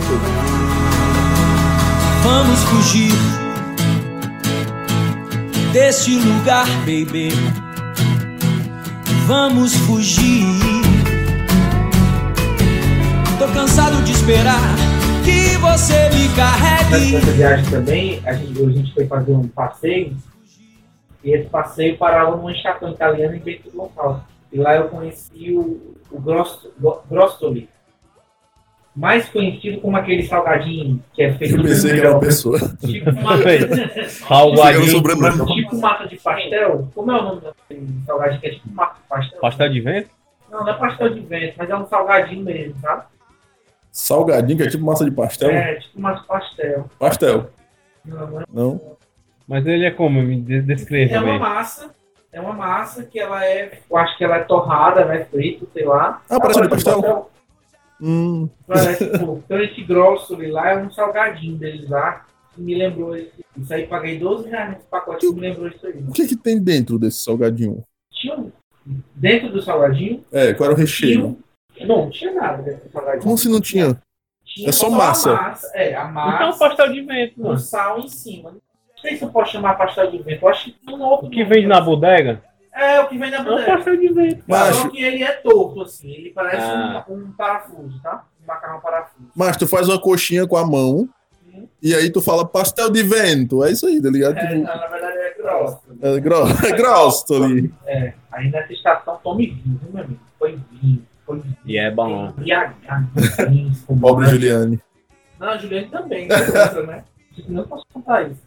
Vamos fugir deste lugar, baby. Vamos fugir. Tô cansado de esperar que você me Mas carregue. nessa viagem também, a gente, a gente foi fazer um passeio, e esse passeio parava numa estação italiana em Bento local. E lá eu conheci o, o Gros- Go- Grostoli, mais conhecido como aquele salgadinho que é feito Eu de pensei que era uma mandioca, pessoa. tipo, massa, Eu Salgadinho, sobrando não. tipo massa de pastel. Como é o nome daquele salgadinho que é tipo massa de pastel? pastel de vento? Não, não é pastel de vento, mas é um salgadinho mesmo, sabe? Salgadinho, que é tipo massa de pastel. É, tipo massa de pastel. Pastel. Não, não é Não? Mas ele é como? Me de- É descreva uma bem. massa, é uma massa que ela é, eu acho que ela é torrada, né, frita, sei lá. Ah, parece de pastel. Hum. Parece, pô, então esse grosso ali lá é um salgadinho deles lá, que me lembrou esse- isso aí, paguei 12 reais nesse pacote que me lembrou isso aí. O que que tem dentro desse salgadinho? Tinha um, dentro do salgadinho, É, qual era o tinha, recheio? um- não, não tinha nada dentro do salgadinho. Como se não tinha? Tinha É só a massa. É, a Então, massa pastel de vento, com mano. sal em cima. Não sei se eu posso chamar pastel de vento, eu acho que não outro. O que vende na bodega? É, o que vem na É um bandeira. pastel de vento. Só Macho, que ele é torto, assim. Ele parece Ah. um, um parafuso, tá? Um macarrão parafuso. mas tu faz uma coxinha com a mão e aí tu fala pastel de vento. É isso aí, tá ligado? É, Tipo, na na verdade, é grosso. é gro- é grosso ali. É, aí nessa estação tome vinho, viu, meu amigo. Foi vinho, foi vinho. E é bom. Embriagado, vinho, com Pobre banho. Juliane. Não, a Juliane também, né? outra, né? Não posso contar isso.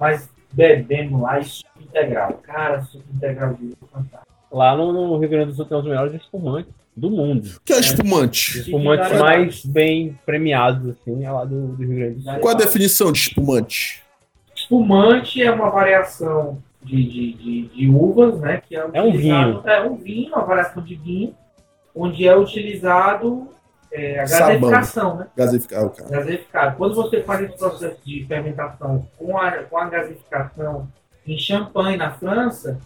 Mas bebemos lá e suco integral. Cara, suco integral de é fantástico. Lá no, no Rio Grande do Sul tem os melhores espumantes do mundo. O que é espumante? Espumantes Fica- Tipo, um mais bem premiados, assim, é lá do, do Rio Grande do Sul. Qual a definição de espumante? Espumante é uma variação de, de, de, de uvas, né? Que é, É um utilizado- É um vinho, uma variação de vinho, onde é utilizado é, a Sabão. gasificação, né? Gasificar o cara. Gasificado. Quando você faz esse processo de fermentação com a, com a gasificação em champanhe na França,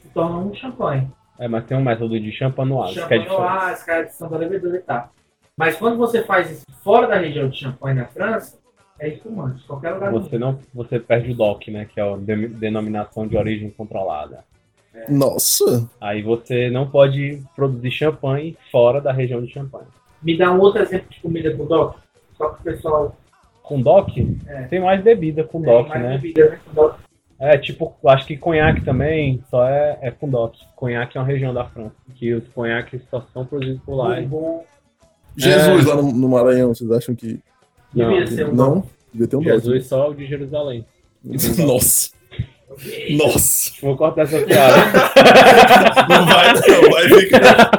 se torna um champanhe. É, mas tem um método de champanoise, que é champanhe diferente. lá, as caracterização da levedura e tal. Mas quando você faz isso fora da região de champanhe na França, é espumante, qualquer lugar do Você não, você perde o DOC, né, que é a de- denominação de origem controlada. Nossa, Aí você não pode produzir champanhe fora da região de champanhe. Me dá um outro exemplo de comida com DOC. Só que o pessoal Com DOC, É. tem mais bebida com tem DOC, mais né? bebida, né? Com DOC. É, tipo, eu acho que conhaque também só é, é com DOC. Conhaque é uma região da França, que os conhaques só são produzidos por lá. hein? Bourbon. É. Jesus lá no, no Maranhão, vocês acham que. Não, Devia ser um Não? Devia ter um doce. Jesus um só é o de Jerusalém. Nossa. é Nossa. Vou cortar essa piada. Não vai, não, vai ficar.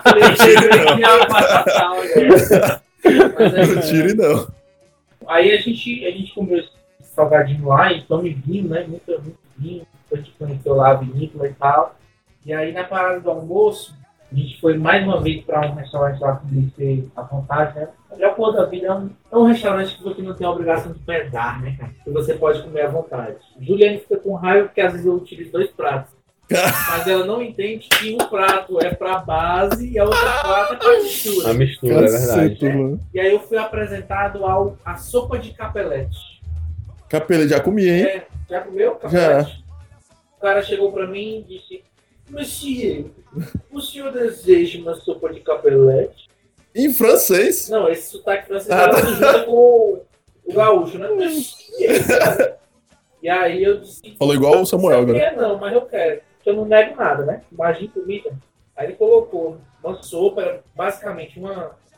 Não tire, não. Aí a gente, a gente comeu esse salgadinho lá e tome vinho, né? Muito, muito vinho. A gente conheceu lá a vinícola e tal. E aí na parada do almoço, a gente foi mais uma vez para um restaurante lá com buffet à vontade, né? A melhor coisa da vida é um, é um restaurante que você não tem a obrigação de pesar, né, cara? Que você pode comer à vontade. Juliane fica com raiva porque às vezes eu utilizo dois pratos. Mas ela não entende que um prato é pra base e a outra prato é pra A mistura. mistura, é verdade. Caceta, mano. E aí eu fui apresentado ao, à sopa de capelete. Capela, já comi, hein? É, já comeu? Capelete? O cara chegou pra mim e disse: Monsieur, o senhor deseja uma sopa de capelete? Em francês. Não, esse sotaque francês Ah, ela se junta com o gaúcho, né? Monsieur. e aí eu disse: Falou igual o Samuel Não agora. quer é, não, mas eu quero. Porque eu não nego nada, né? Imagina comida. Aí ele colocou uma sopa, era basicamente um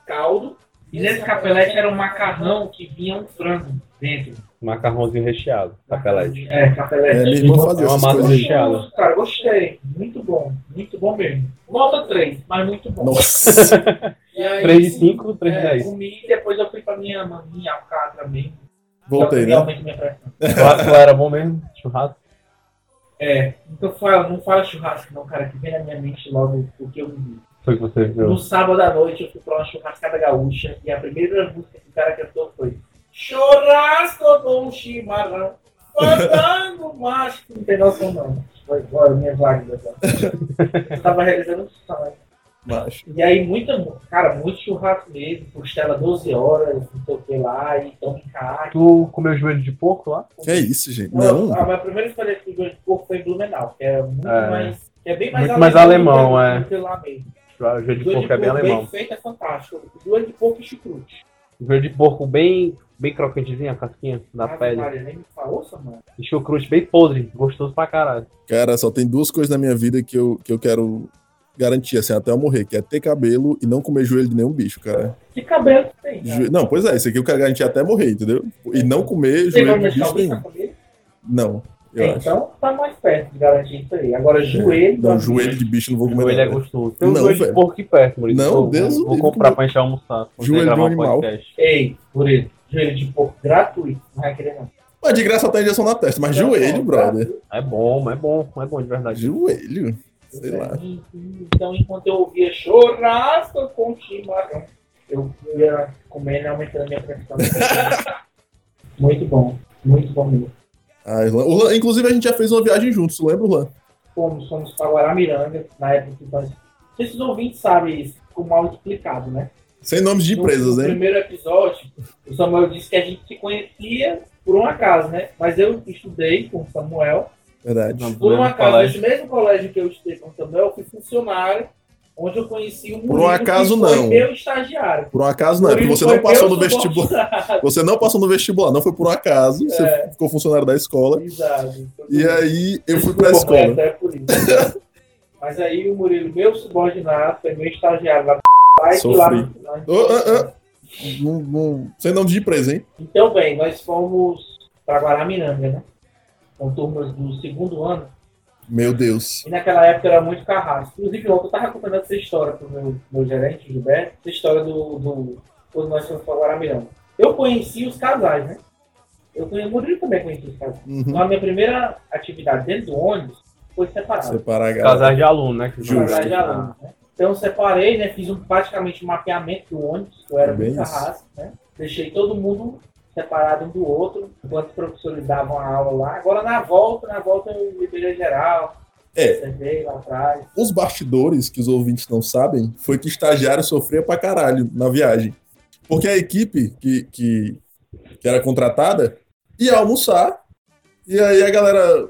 caldo. E nesse capelete era um macarrão que vinha um frango dentro. Macarrãozinho recheado, capelete. É, capelete. É, minha irmã fazia É uma essas massa coisas. aí. recheada. Cara, gostei. Muito bom. Muito bom mesmo. Nota 3, mas muito bom. Nossa. E aí, 3 de 5, 3 de é, 10. Comi e depois eu fui pra minha maminha, a casa mesmo. Voltei, Só que né? realmente minha pressão. era bom mesmo? Churrasco? É, então fala, não fala churrasco não, cara, que vem na minha mente logo o que eu vi. Foi o que você viu. No sábado à noite eu fui pra uma churrascada gaúcha e a primeira música que o cara cantou foi Churrasco com chimarrão, fandango macho. Não tem noção não. Foi agora, minhas lágrimas. ó. né, Eu tava realizando um sonho. Macho. E aí, muita, mu- cara, muito churrasco mesmo, costela 12 horas, não sei o que lá, e tome cá. Tu comeu joelho de porco lá? Que isso, gente? Não. Não. Então, A minha primeira experiência que eu gosto de porco foi em Blumenau, que é muito É. mais. Que é bem Muito mais alemão, do que- é. do que lá mesmo. Joelho de Dois porco é bem alemão. feito é fantástico. Dois de porco e chucrute. Joelho de porco bem, bem crocantezinho, a casquinha na Ave pele. Maria, nem me falou, mano. E chucrute bem podre, gostoso pra caralho. Cara, só tem duas coisas na minha vida que eu, que eu quero garantir, assim, até eu morrer, que é ter cabelo e não comer joelho de nenhum bicho, cara. Que cabelo que tem? Cara? Joelho- Não, pois é, isso aqui eu quero garantir até morrer, entendeu? E não comer Você vai joelho de deixar bicho alguém nenhum. pra comer? Não, eu acho. É. Então tá mais perto de garantir isso aí. Agora, joelho. tá. Não, mano, joelho de bicho eu não vou comer. Joelho é não, velho. gostoso. Tem um Não, joelho de velho. porco aqui perto, Murilo. Não, Vou- Deus Vou livre, comprar como- pra encher almoçar. quando Joelho você gravar de um animal. podcast. Ei, por ele. Joelho de porco gratuito. Não vai querer não. Mas de graça até injeção na testa, mas joelho, brother. É bom, é bom, é bom de verdade. Joelho. Sei lá. Então, enquanto eu ouvia churrasco com chimarrão, eu ia comendo e aumentando a minha pressão. muito bom, muito bom mesmo. Ah, Irlan- o Lan- Inclusive, a gente já fez uma viagem juntos, lembra, Lan? Fomos, fomos para Guaramiranga, na época que nós... Esses ouvintes sabem isso, ficou mal explicado, né? Sem nomes de empresas, no hein? primeiro episódio, o Samuel disse que a gente se conhecia por um acaso, né? Mas eu estudei com o Samuel Verdade. Não, Por um mesmo acaso, colégio. nesse mesmo colégio que eu estudei com o Samuel, eu fui funcionário, onde eu conheci o Murilo, um acaso, que foi não. meu estagiário. Por um acaso, não, é porque Murilo você foi não passou meu no vestibular. subordinário. Você não passou no vestibular, não foi por um acaso, você É. ficou funcionário da escola. Exato. E aí eu fui Desculpa, pra escola. Roberto, é por isso. Mas aí o Murilo, meu subordinado, foi meu estagiário lá vai que lá. Sofri. Ah, Ô, ô, ô. Não- não- Sem nome de empresa, hein? Então, bem, nós fomos para Guaramiranga, né? Com turmas do segundo ano. Meu Deus. E naquela época era muito carrasco. Inclusive, ontem eu tava contando essa história pro meu, meu gerente, o Gilberto, essa história do, do quando nós fomos para Guaramirão. Eu conheci os casais, né? Eu conheci, o Murilo também conheci os casais. Uhum. Então, a minha primeira atividade dentro do ônibus foi separada. Separar a galera. Casais de aluno, né? que é Justo. você Casais de fala. alunos, né? Então, eu separei, né? Fiz um, praticamente um mapeamento do ônibus, que eu era É Bem muito isso. carrasco, né? Deixei todo mundo separado um do outro, enquanto os professores davam a aula lá. Agora, na volta, na volta, eu liberei geral, É, sentei lá atrás. os bastidores que os ouvintes não sabem foi que estagiário sofria pra caralho na viagem. Porque a equipe que, que, que era contratada ia almoçar. E aí a galera.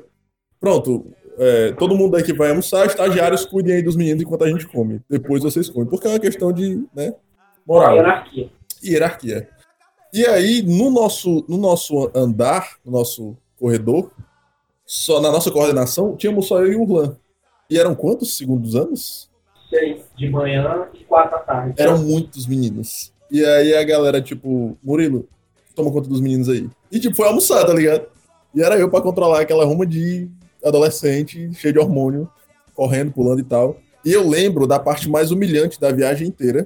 Pronto, é, todo mundo aqui vai almoçar, estagiários cuidem aí dos meninos enquanto a gente come. Depois vocês comem. Porque é uma questão de, né? Moral. Hierarquia. hierarquia. E aí, no nosso, no nosso andar, no nosso corredor, só na nossa coordenação, tínhamos só eu e o Urlan. E eram quantos segundos anos? seis de manhã e quatro da tarde. Eram muitos meninos. E aí a galera, tipo, Murilo, toma conta dos meninos aí. E tipo, foi almoçar, tá ligado? E era eu pra controlar aquela ruma de adolescente, cheio de hormônio, correndo, pulando e tal. E eu lembro da parte mais humilhante da viagem inteira,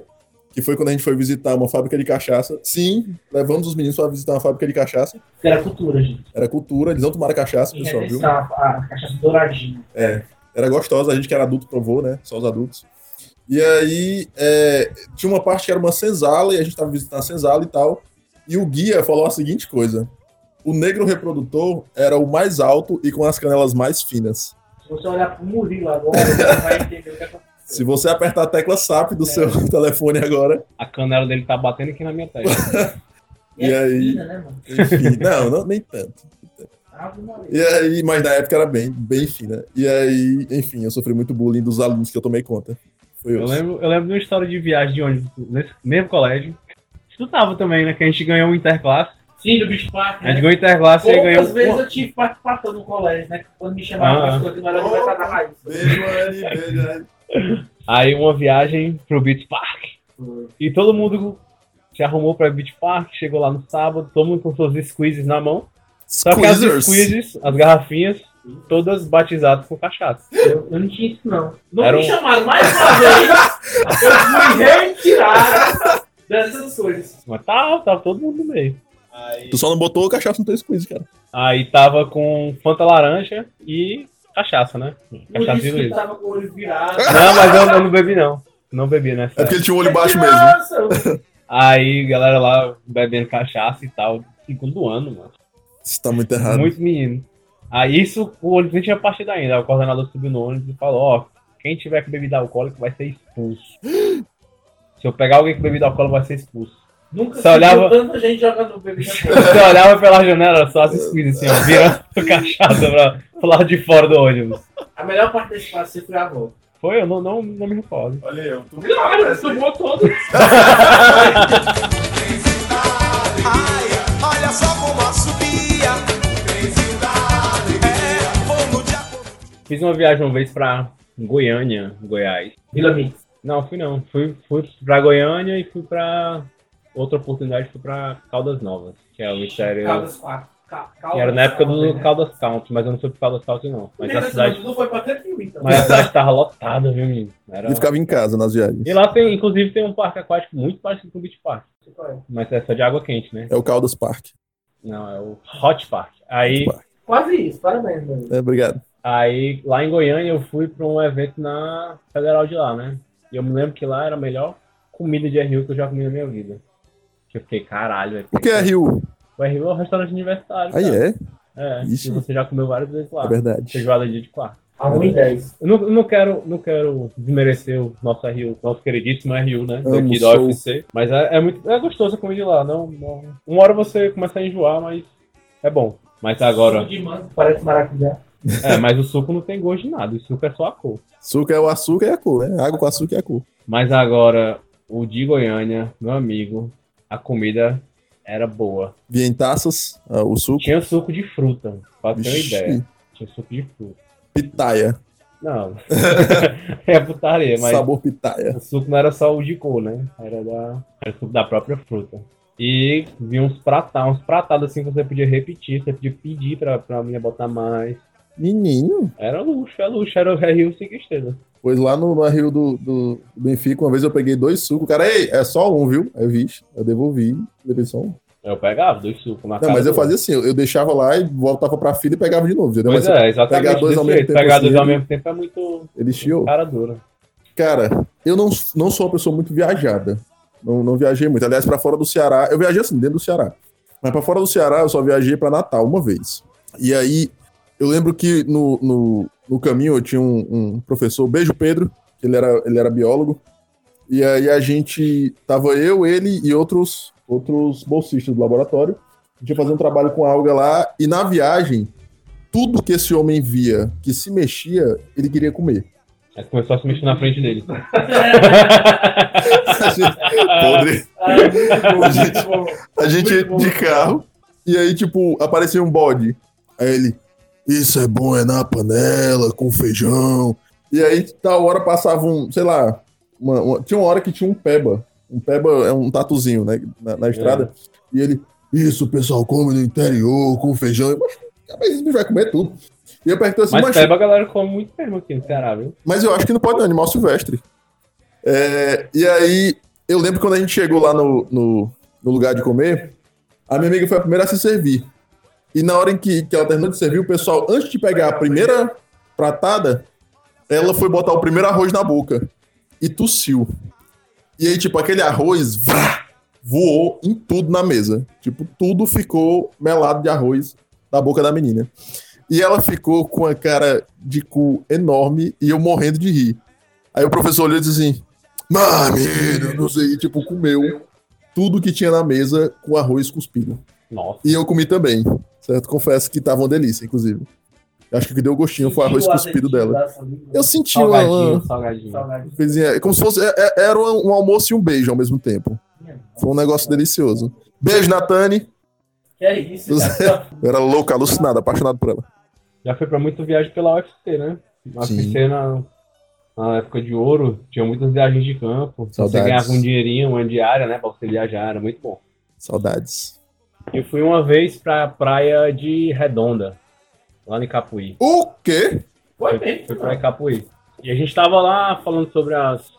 que foi quando a gente foi visitar uma fábrica de cachaça. Sim, levamos os meninos pra visitar uma fábrica de cachaça. Isso era cultura, gente. Era cultura, eles não tomaram cachaça, um. E pessoal, viu? revistar a, a cachaça douradinha. Era gostosa, a gente que era adulto provou, né? Só os adultos. E aí, é, tinha uma parte que era uma senzala, e a gente tava visitando a senzala e tal. E o guia falou a seguinte coisa: o negro reprodutor era o mais alto e com as canelas mais finas. Se você olhar pro Murilo agora, você vai entender o que aconteceu. Se você apertar a tecla SAP do seu É. telefone agora. A canela dele tá batendo aqui na minha testa. E aí? Fina, né, mano? Enfim, não, não, nem tanto. Ave Maria. E aí, mas na época era bem, bem fina. E aí, enfim, eu sofri muito bullying dos alunos que eu tomei conta. Foi Eu osso. lembro, eu lembro de uma história de viagem de ônibus nesse mesmo colégio. Tu tava também, né? Que a gente ganhou um interclasse. Sim, do bicho parque. A gente Né? ganhou um interclasse e ganhou. Poucas vezes eu tive participação no colégio, né? Quando me chamavam Ah. para as coisas, não era aniversário da raiz. Beijo, Anne, beijo, Anne. Aí uma viagem pro Beach Park. E todo mundo se arrumou pra Beach Park, chegou lá no sábado, todo mundo com suas squeezes na mão. Só que as Squeezers. squeezes, as garrafinhas, todas batizadas com cachaça. Eu, eu não tinha isso, não. Não Era me um- chamaram mais uma vez. Eu fui retirado dessas coisas. Mas tava, tava todo mundo no meio. Aí, Tu só não botou cachaça no teu squeeze, cara. aí tava com Fanta laranja e cachaça, né? Por Cachaça e isso que tá- Luiz. tava com o olho virado. Não, mas eu, eu não bebi não. Não bebi né? nessa. É porque ele tinha o olho baixo mesmo. Nossa, Aí, galera lá bebendo cachaça e tal. Segundo ano, mano. Isso tá muito errado. Muito menino. Aí isso, o ônibus nem tinha partido ainda. O coordenador subiu no ônibus e falou, ó, quem tiver com bebida alcoólica vai ser expulso. Se eu pegar alguém com bebida alcoólica vai ser expulso. Nunca Só se olhava- viu tanta gente jogando bebida. Você olhava pela janela, era só as squeeze assim, ó, virando a cachaça pra, pro lado de fora do ônibus. A melhor parte desse passe foi a avó. Foi, eu não, não, não me recordo. Olha eu. Tu... Claro, sumou todo. Ai, olha só como a subia. É, vou no dia. Fiz uma viagem uma vez pra Goiânia, Goiás. Vila Mix. Não, fui não. Fui, fui pra Goiânia e fui pra... Outra oportunidade fui pra Caldas Novas, que é o mistério... Caldas 4. Ca- E Caldas era na época do Caldas. Caldas County, mas eu não fui pro Caldas County, não. Mas a Interessante, cidade, Não foi pra canto nenhum, então. mas a cidade tava lotada, viu, menino? Era... Ele ficava em casa nas viagens. E lá tem, inclusive, tem um parque aquático muito parecido com o Beach Park. Qual é? Mas é só de água quente, né? É o Caldas Park. Não, é o Hot Park. Aí, Quase isso, parabéns, mano. É, obrigado. aí lá em Goiânia, eu fui pra um evento na Federal de lá, né? E eu me lembro que lá era a melhor comida de RU que eu já comi na minha vida. Que eu fiquei, caralho, velho. O que é Rio? O RU é um restaurante universitário. Aí cara. é, É, Ixi. e você já comeu várias vezes lá. é verdade. Feijoada de dia de quarto. A 1 e 10. Eu não, eu não quero, não quero desmerecer o nosso RU, nosso queridíssimo RU, né? Amo, Daqui da sou. UFC. Mas é, é muito. É gostoso a comida lá. Não, não- Uma hora você começa a enjoar, mas é bom. Mas agora. De mango, parece maracujá. É, mas o suco não tem gosto de nada. O suco é só a cor. Suco é o açúcar e a cor, né? Água com açúcar e a cor. Mas agora, o de Goiânia, meu amigo, a comida era boa. Vinha em taças, ah, o suco. Tinha suco de fruta, pra ter uma Vixe, ideia. Tinha suco de fruta. Pitaia. Não. é putaria, mas. Sabor pitaia. O suco não era só o de cor, né? Era, da, era suco da própria fruta. E vinha uns pratados, uns pratados assim que você podia repetir, você podia pedir pra, pra mulher botar mais. Menino. Era um luxo, era luxo, era o Rio 5 estrelas. Pois lá no, no Rio do, do, do Benfica, uma vez eu peguei dois sucos. O cara, ei, é só um, viu? Aí eu vi, eu devolvi, levei só um. Eu pegava dois sucos na Não, casa mas eu do- fazia assim, eu, eu deixava lá e voltava pra fila e pegava de novo, entendeu? Pois Mas é, exatamente. pegar dois ao desse mesmo jeito. tempo Pegar assim, dois ao ele- mesmo tempo é muito ele chiou. cara dura. Cara, eu não, não sou uma pessoa muito viajada. Não, não viajei muito. Aliás, pra fora do Ceará, eu viajei assim, dentro do Ceará. Mas pra fora do Ceará, eu só viajei pra Natal uma vez. E aí, eu lembro que no, no, no caminho eu tinha um, um professor, beijo Pedro, que ele era, ele era biólogo. E aí a gente tava eu, ele e outros outros bolsistas do laboratório. A gente ia fazer um trabalho com alga lá e na viagem tudo que esse homem via que se mexia, ele queria comer. Aí começou a se mexer na frente dele. A gente- Assim, Podre. Ah, muito bom, muito bom. A gente Muito bom. de carro, e aí, tipo, aparecia um bode. Aí ele, isso é bom, é na panela, com feijão. E aí, tal hora, passava um, sei lá, uma- uma- tinha uma hora que tinha um peba. Um peba é um tatuzinho, né, na, na estrada. E ele, isso, o pessoal come no interior, com feijão. Eu, "Mas, mas esse bicho vai comer tudo. E eu perguntei assim, Mas "Mas, peba a galera come muito mesmo aqui no Ceará, viu? mas eu acho que não pode, não, animal silvestre. É, e aí, eu lembro quando a gente chegou lá no, no, no lugar de comer, a minha amiga foi a primeira a se servir. E na hora em que, que ela terminou de servir, o pessoal, antes de pegar a primeira pratada, ela foi botar o primeiro arroz na boca e tossiu. E aí, tipo, aquele arroz vrá, voou em tudo na mesa. Tipo, tudo ficou melado de arroz na boca da menina. E ela ficou com a cara de cu enorme e eu morrendo de rir. Aí o professor olhou e disse assim: Mamino, não sei, e, tipo, comeu tudo que tinha na mesa com arroz cuspido. Nossa. E eu comi também, certo? Confesso que tava uma delícia, inclusive. Acho que o que deu gostinho foi o arroz Sentiu o cuspido azedinho dela. da saliva. Eu senti uma, Salgadinho, uma salgadinho. né? Saudade. coisinha. é Como se fosse. é- é- Era um um almoço e um beijo ao mesmo tempo. Foi um negócio delicioso. Beijo, Natane. Que é isso, cara? Eu era louca, alucinada, apaixonado por ela. já foi pra muita viagem pela UFC, né? A Sim. UFC na, na época de ouro, tinha muitas viagens de campo. Você Saudades. ganhava um dinheirinho, uma diária, né? Pra você viajar, era muito bom. Saudades. Eu fui uma vez pra praia de Redonda, lá em Capuí. O quê? Foi Fui, mesmo. fui pra Capuí. E a gente tava lá falando sobre as.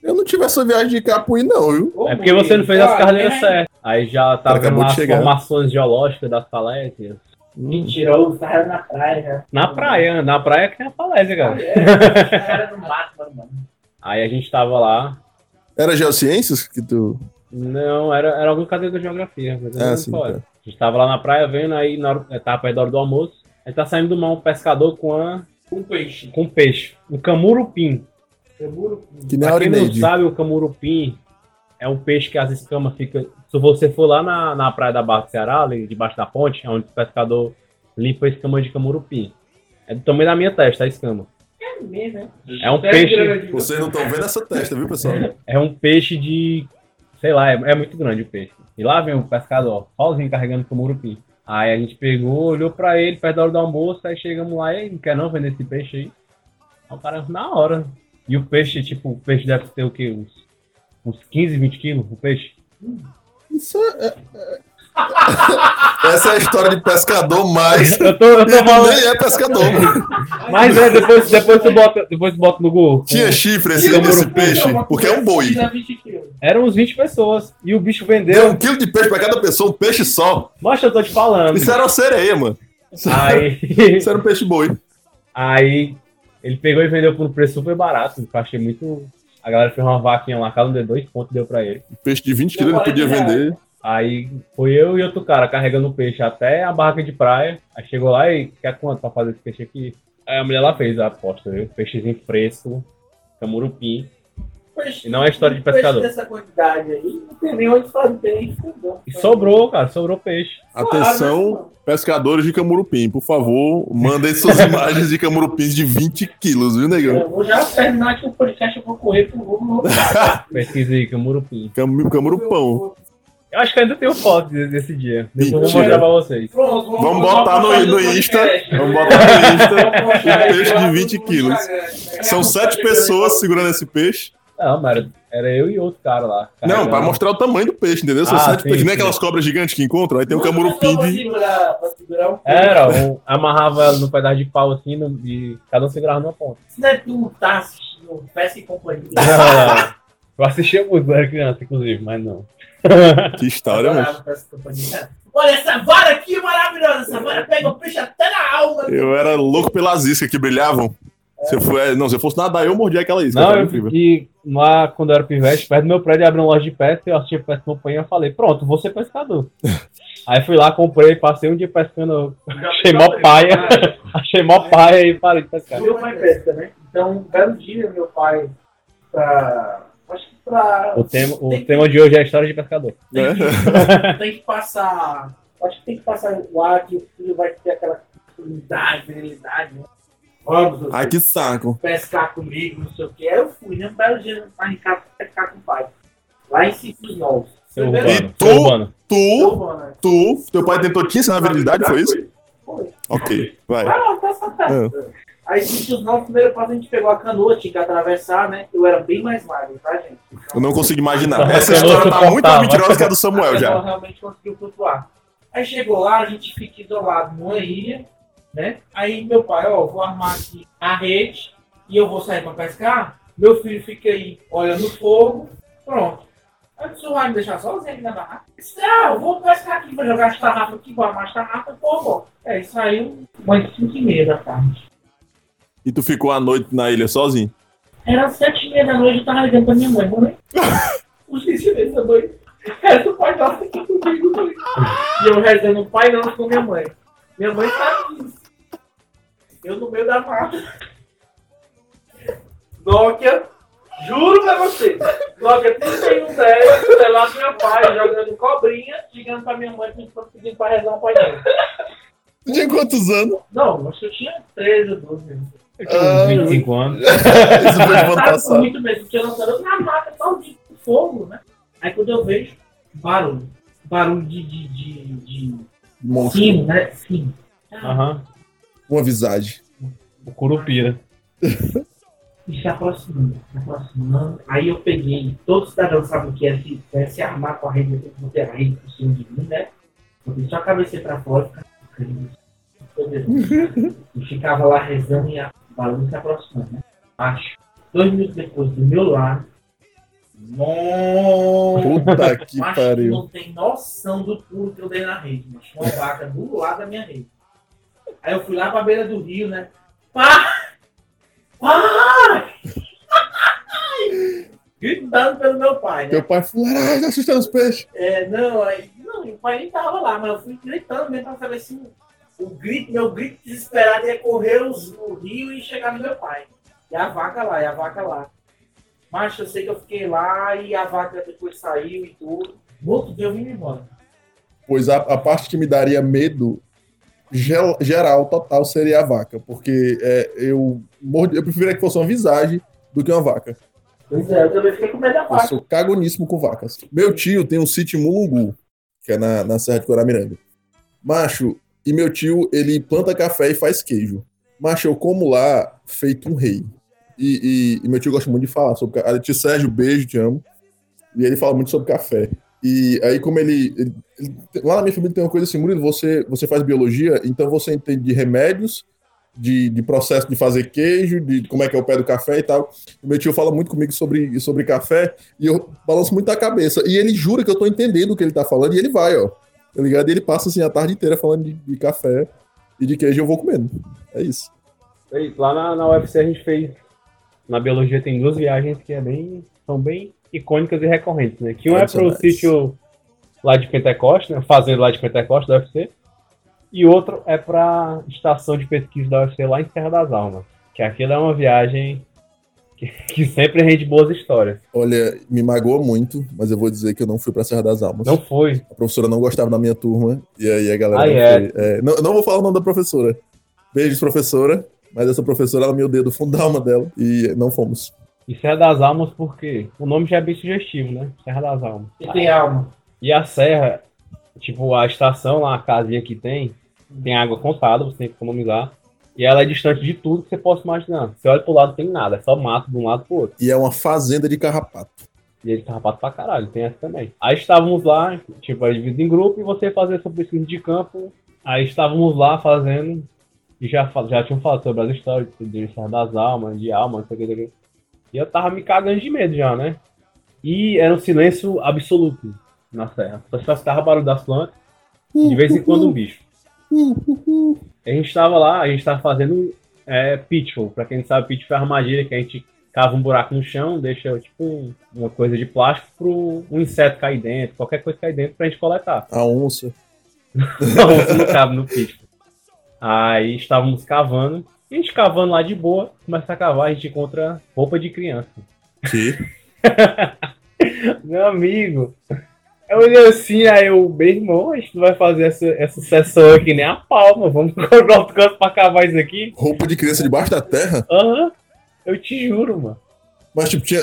Eu não tive essa viagem de Capuí, não, viu? Ô, É porque você não fez Luiz, as olha, carreiras né? certas. Aí já tava Acabou vendo lá de as chegar. formações geológicas das falésias. Mentiroso, tava na praia. né? Na praia, na praia que tem a falésia, cara. Os caras não matam, mano. Aí a gente tava lá, Era Geociências que tu. Não, era, era algum cadeira da geografia. Mas eu não Ah, lembro sim, qual era. tá. A gente tava lá na praia vendo, aí na hora, é, tava perto da hora do almoço. Aí tá saindo do mar um pescador com, a, Um peixe. com peixe. Um camurupim. Seguro que Que nem a Pra quem não Aurineide. sabe, o camurupim é um peixe que as escamas ficam. Se você for lá na, na praia da Barra do Ceará, ali debaixo da ponte, é onde o pescador limpa a escama de camurupim. É do tamanho da minha testa, a escama. é mesmo, né? É um peixe. grande. Vocês não estão vendo essa testa, viu, pessoal? É um peixe de. Sei lá, é, é muito grande o peixe. E lá vem o pescador, sozinho carregando com o murupim. Aí a gente pegou, olhou pra ele, perto da hora do almoço, aí chegamos lá e "Ei, não quer não vender esse peixe aí. Aí o cara, na hora. E o peixe, tipo, o peixe deve ter o quê? Uns, uns 15, 20 quilos, o peixe? Isso é- é- é- Essa é a história de pescador, mas. Eu tô, eu tô falando. Nem é pescador, mano. Mas é, depois, depois, tu, bota, depois tu bota no Google. Tinha chifre esse, esse peixe, porque é um boi. Pisa 20 quilos. Eram uns 20 pessoas. E o bicho Deu um vendeu. quilo de peixe pra cada pessoa, um peixe só. Mostra, eu tô te falando. Isso era uma sereia, mano. Isso, Aí. isso era um peixe boi. Aí ele pegou e vendeu por um preço super barato. que Eu achei muito. A galera fez uma vaquinha lá, cada um deu dois pontos deu pra ele. Um peixe de 20 quilos ele podia vender. Aí foi eu e outro cara carregando o peixe até a barraca de praia. Aí chegou lá e quer quanto pra fazer esse peixe aqui? Aí a mulher lá fez a aposta, viu? Peixezinho fresco, camurupim. Peixe- E não é história de peixe pescador. dessa quantidade aí, não tem nem onde fazer. entendeu? E sobrou, cara, sobrou peixe. Atenção, pescadores de camurupim, por favor, mandem suas imagens de camurupins de 20 quilos, viu, negão? Eu vou já terminar aqui o podcast, eu vou correr pro Google. Pesquisa aí, camurupim. Cam- Camurupão. Eu acho que ainda tenho foto de- desse dia. Depois eu vou mostrar Mentira. pra vocês. Pronto, vamos, Vamos botar no, fazer no o Insta. podcast. Vamos botar no Vamos Insta postar um aí, peixe lá de no 20 quilos. Instagram. São sete pessoas segurando esse peixe. Não, mas era- era eu e outro cara lá. Não, pra carregando. mostrar o tamanho do peixe, entendeu? São Ah, sete sim, peixes. sim. Nem aquelas cobras gigantes que encontram, aí tem um Duas camurupim pessoas de. segurar- pra segurar um peixe. Era, um, amarrava ela num pedaço de pau assim no- e cada um segurava numa ponta. Se não é tu, tá assistindo Peça e Companhia. Eu assistia muito quando era criança, inclusive, mas não. Que história, mano. Adorava Peça e Companhia. Olha essa vara aqui maravilhosa. Essa vara pega o peixe até na alma. Eu era louco pelas iscas que brilhavam. Se eu, for- é, não, se eu fosse nadar, eu mordia aquela isca. Não, cara, eu incrível. fiquei lá quando eu era pivete, perto do meu prédio abriu uma loja de pesca, eu assistia pesca companhia e falei, pronto, vou ser pescador. Aí fui lá, comprei, passei um dia pescando, achei mó paia, achei mó paia e parei de pescar. Meu pai pesca, né? Então, um belo dia, meu pai, pra. Acho que pra. O tema, o tem, tema de hoje é a história de pescador. tem que, tem que passar. Acho que tem que passar lá que o filho vai ter aquela unidade, virilidade, né? Vamos, você Ai, que saco. pescar comigo, não sei o que. Aí eu fui, né? Um belo dia, pra Ricardo pescar com o pai. Lá em Cintos Novos. Seu Primeiro- urbano, seu E tu? urbano. Tu, Urbana. tu, teu pai tentou te ensinar a virilidade, foi isso? né? Foi. Ok, vai. Vai lá, tá Ah. sacado. Aí, Cintos Novos, primeiro passo, a gente pegou a canoa, tinha que atravessar, né? Eu era bem mais magro, tá, gente? Eu não consigo imaginar. Tá Essa sendo história tá muito suportável. mais mentirosa que a do A Samuel pessoa já. realmente conseguiu flutuar. Aí chegou lá, a gente fica isolado numa ilha, né? Aí meu pai, ó, vou armar aqui a rede e eu vou sair pra pescar. Meu filho fica aí olhando o fogo, pronto. Aí o senhor vai me deixar sozinho aqui na barraca? Eu disse, Ah, eu vou pescar aqui, vou jogar as tarrafas aqui, vou armar as tarrafas, pô, pô. É, isso aí, umas 5 e meia da tarde. E tu ficou a noite na ilha sozinho? Era sete e meia da noite, eu tava ligando pra minha mãe, mãe. Os ensinamentos da mãe. Essa pai tava aqui comigo, mãe. E eu rezando o pai não com minha mãe. Minha mãe sabe disso. Eu no meio da mata. Nokia, juro pra você. Nokia 3110, celular do meu pai, jogando cobrinha, ligando pra minha mãe pedindo pra rezar o pai dela. Tu tinha quantos anos? Não, acho que eu tinha 13 ou 12 anos. Eu tinha uns 25 anos. Isso foi de ano Sabe passado. muito mesmo, porque eu "Ah, não quero na mata sozinho com fogo, né? Aí quando eu vejo, barulho. Barulho de. de. de. de... Monstro. Sino, né? Sim. Aham. Uma visagem. O Curupira. E se é aproximando, se aproximando. Aí eu é peguei, todo cidadão sabe o que é se, né, se armar com a rede, eu tenho que manter a rede por cima de mim, né? Botei só a cabeça pra fora e ficava E ficava lá rezando e a balança se aproximando, né? Acho. Dois minutos depois, do meu lado. Nossa! Puta que Macho, tu pariu. não tem noção do pulo que eu dei na rede, macho. Uma vaca do lado da minha rede. Aí eu fui lá pra beira do rio, né? Pá! Pá! Gritando pelo meu pai, né? Teu pai falou, caralho, tá assustando os peixes. É, não, aí, não, o pai nem tava lá, mas eu fui gritando mesmo pra saber se o- o grito, meu grito desesperado ia correr os, o rio e chegar no meu pai. E a vaca lá, e a vaca lá. Mas eu sei que eu fiquei lá e a vaca depois saiu e tudo. No outro dia eu vim embora. Pois a, a parte que me daria medo gel- geral, total, seria a vaca. Porque é, eu, morro- eu preferia que fosse uma visagem do que uma vaca. Pois é, eu também fiquei com medo da Eu vaca. sou cagoníssimo com vacas. Meu tio tem um sítio em Mulungu, que é na, na Serra de Coramiranga. Macho, e meu tio, ele planta café e faz queijo. Macho, eu como lá feito um rei. E, e- e meu tio gosta muito de falar sobre café. Tio Sérgio, beijo, te amo. E ele fala muito sobre café. E aí, como ele, ele- ele- Lá na minha família tem uma coisa assim, Murilo, você, você faz biologia, então você entende de remédios, de, de processo de fazer queijo, de como é que é o pé do café e tal. E meu tio fala muito comigo sobre, sobre café, e eu balanço muito a cabeça. E ele jura que eu tô entendendo o que ele tá falando, e ele vai, ó. Tá ligado? E ele passa assim a tarde inteira falando de, de café e de queijo eu vou comendo. É isso. Aí, Lá na, na UFC a gente fez. Na biologia tem duas viagens que é bem, são bem icônicas e recorrentes, né? Que um é pro Tradicionais. sítio lá de Pentecoste, né? Fazenda lá de Pentecoste da UFC. E outro é pra estação de pesquisa da UFC lá em Serra das Almas. Que aquilo é uma viagem que, que sempre rende boas histórias. Olha, me magoa muito, mas eu vou dizer que eu não fui pra Serra das Almas. Não foi. A professora não gostava da minha turma, e aí a galera. Ah, não é. foi. É, não, não vou falar o nome da professora. Beijos, professora. Mas essa professora, ela me odeia do fundo da alma dela. E não fomos. E Serra das Almas porque o nome já é bem sugestivo, né? Serra das Almas. E tem alma. E a serra, tipo, a estação lá, a casinha que tem, tem água contada, você tem que economizar. E ela é distante de tudo que você possa imaginar. Você olha pro lado, tem nada, é só mato de um lado pro outro. E é uma fazenda de carrapato. E ele tá rapado pra caralho, tem essa também. Aí estávamos lá, tipo, aí dividido em grupo, e você fazia sua pesquisa de campo. Aí estávamos lá fazendo, e já, fa- já tinham falado sobre as histórias de Serra das Almas, de alma, não sei o que, não sei o que. E eu tava me cagando de medo já, né? E era um silêncio absoluto na serra. Só se escutava barulho das plantas. De vez em quando um bicho. A gente tava lá, a gente tava fazendo é, pitfall. Pra quem não sabe, pitfall é a armadilha que a gente cava um buraco no chão, deixa tipo um- uma coisa de plástico pro um inseto cair dentro, qualquer coisa cair dentro pra gente coletar. Então, A onça. Não, isso não cabe um no pitfall. Aí estávamos cavando. A gente cavando lá de boa, começa a cavar, a gente encontra roupa de criança. Que? Meu amigo, eu olhei assim, aí eu, meu irmão, a gente não vai fazer essa, essa sessão aqui nem a palma, vamos colocar outro canto pra cavar isso aqui? Roupa de criança debaixo da terra? Aham, eu te juro, mano. Mas, tipo, tinha.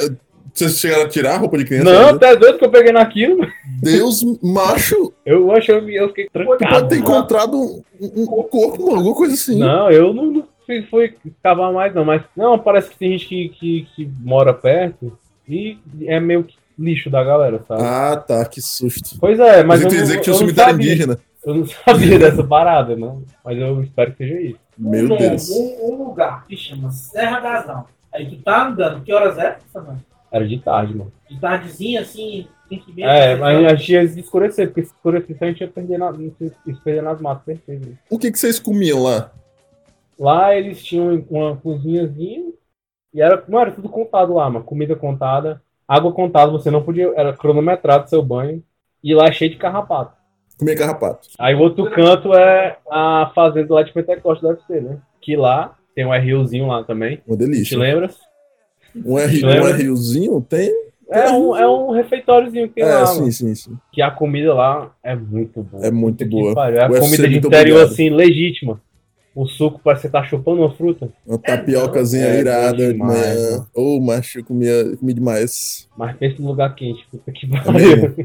Vocês chegaram a tirar a roupa de criança? Não, né? tá doido que eu peguei naquilo? Deus, macho, Eu acho que eu fiquei tu pode trancado. ter mano. encontrado um, um- um corpo, mano, alguma coisa assim. Não, eu não, não fui, fui cavar mais, não, mas não, parece que tem gente que, que, que mora perto e é meio que lixo da galera, sabe? Ah, tá, que susto. Pois é, mas. Mas eu Eu queria não- dizer que tinha eu um não cemitério sabia. indígena. Eu não sabia dessa parada, mano. Mas eu espero que seja isso. Meu um, nome, Deus. Um, um lugar que chama Serra das Almas. Aí tu tá andando. Que horas é, Samanta? Era de tarde, mano. De tardezinha, assim, tem que ver. É, mas a gente ia se escurecer, porque se escurecesse a gente ia perder, na, ia se perder nas matas, certeza. O que, que vocês comiam lá? Lá eles tinham uma cozinhazinha e era, não, era tudo contado lá, mano. Comida contada, água contada, você não podia, era cronometrado seu banho. E lá é cheio de carrapato. Comia carrapato. Aí o outro canto é a fazenda lá de Pentecostes da UFC, né? Que lá tem um RUzinho lá também. Uma Te delícia. lembra? Um, R, um lembra? Riozinho tem? É um, é um refeitoriozinho que tem É, lá, sim, mano. sim, sim. Que a comida lá é muito boa. É muito Que boa. pariu, É a UFC, comida de muito interior, obrigado. assim, legítima. O suco parece que você tá chupando uma fruta. Uma tapiocazinha É, irada bom de manhã. demais, né? mano. Ô, macho, eu comia, comi demais. Mas pensa no lugar quente, puta que pariu. É mesmo?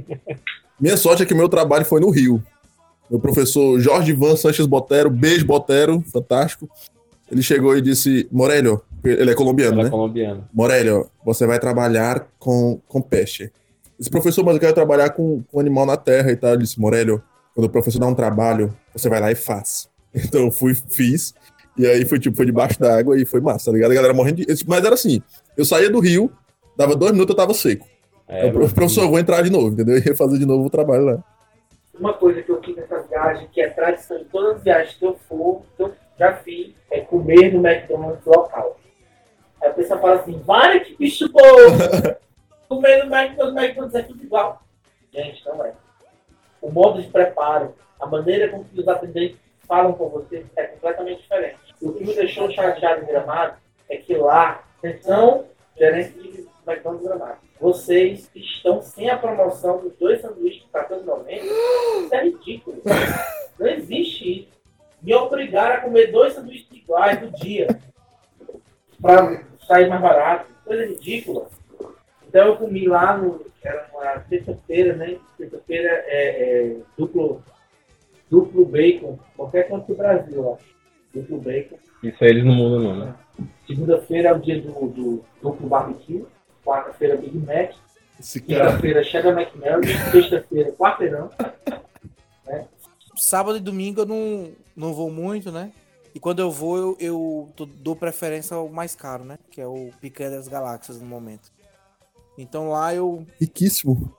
Minha sorte é que meu trabalho foi no Rio. Meu professor Jorge Van Sanches Botero, beijo Botero, fantástico. Ele chegou e disse: Morélio, ele é colombiano, Era né? colombiano. Morélio, você vai trabalhar com, com peste. Esse professor, mas eu quero trabalhar com, com animal na terra e tal. Ele disse: Morélio, Quando o professor dá um trabalho, você vai lá e faz. Então eu fui, fiz. E aí foi tipo, foi debaixo da água e foi massa, tá ligado? A galera morrendo de. Mas era assim, eu saía do rio, dava dois minutos, eu tava seco. É, Aí o professor, eu vou entrar de novo, entendeu? E refazer de novo o trabalho lá. Uma coisa que eu quis nessa viagem, que é tradição em todas as viagens que eu for, que eu já fiz, é comer no McDonald's local. Aí a pessoa fala assim, vale que bicho bom! comer no McDonald's, McDonald's é tudo igual. Gente, não é. O modo de preparo, a maneira como que os atendentes falam com você é completamente diferente. O que me deixou chateado em Gramado é que lá, atenção, gerente de McDonald's Gramado, vocês estão sem a promoção dos dois sanduíches que está todo momento. Isso é ridículo. Não existe isso. Me obrigaram a comer dois sanduíches iguais no dia para sair mais barato. Coisa ridícula. Então eu comi lá no. Era uma sexta-feira, né? Sexta-feira é, é duplo, duplo bacon. Qualquer canto do Brasil, eu acho. Duplo bacon. Isso aí eles não mudam, não, né? Segunda-feira é o dia do, do duplo barbecue. Quarta-feira, Big Mac. Esse cara. Quinta-feira, Cheddar McMurray. Sexta-feira, quarteirão. né? Sábado e domingo eu não, não vou muito, né? E quando eu vou, eu, eu tô- dou preferência ao mais caro, né? Que é o Picanha das Galáxias no momento. Então lá eu. Riquíssimo.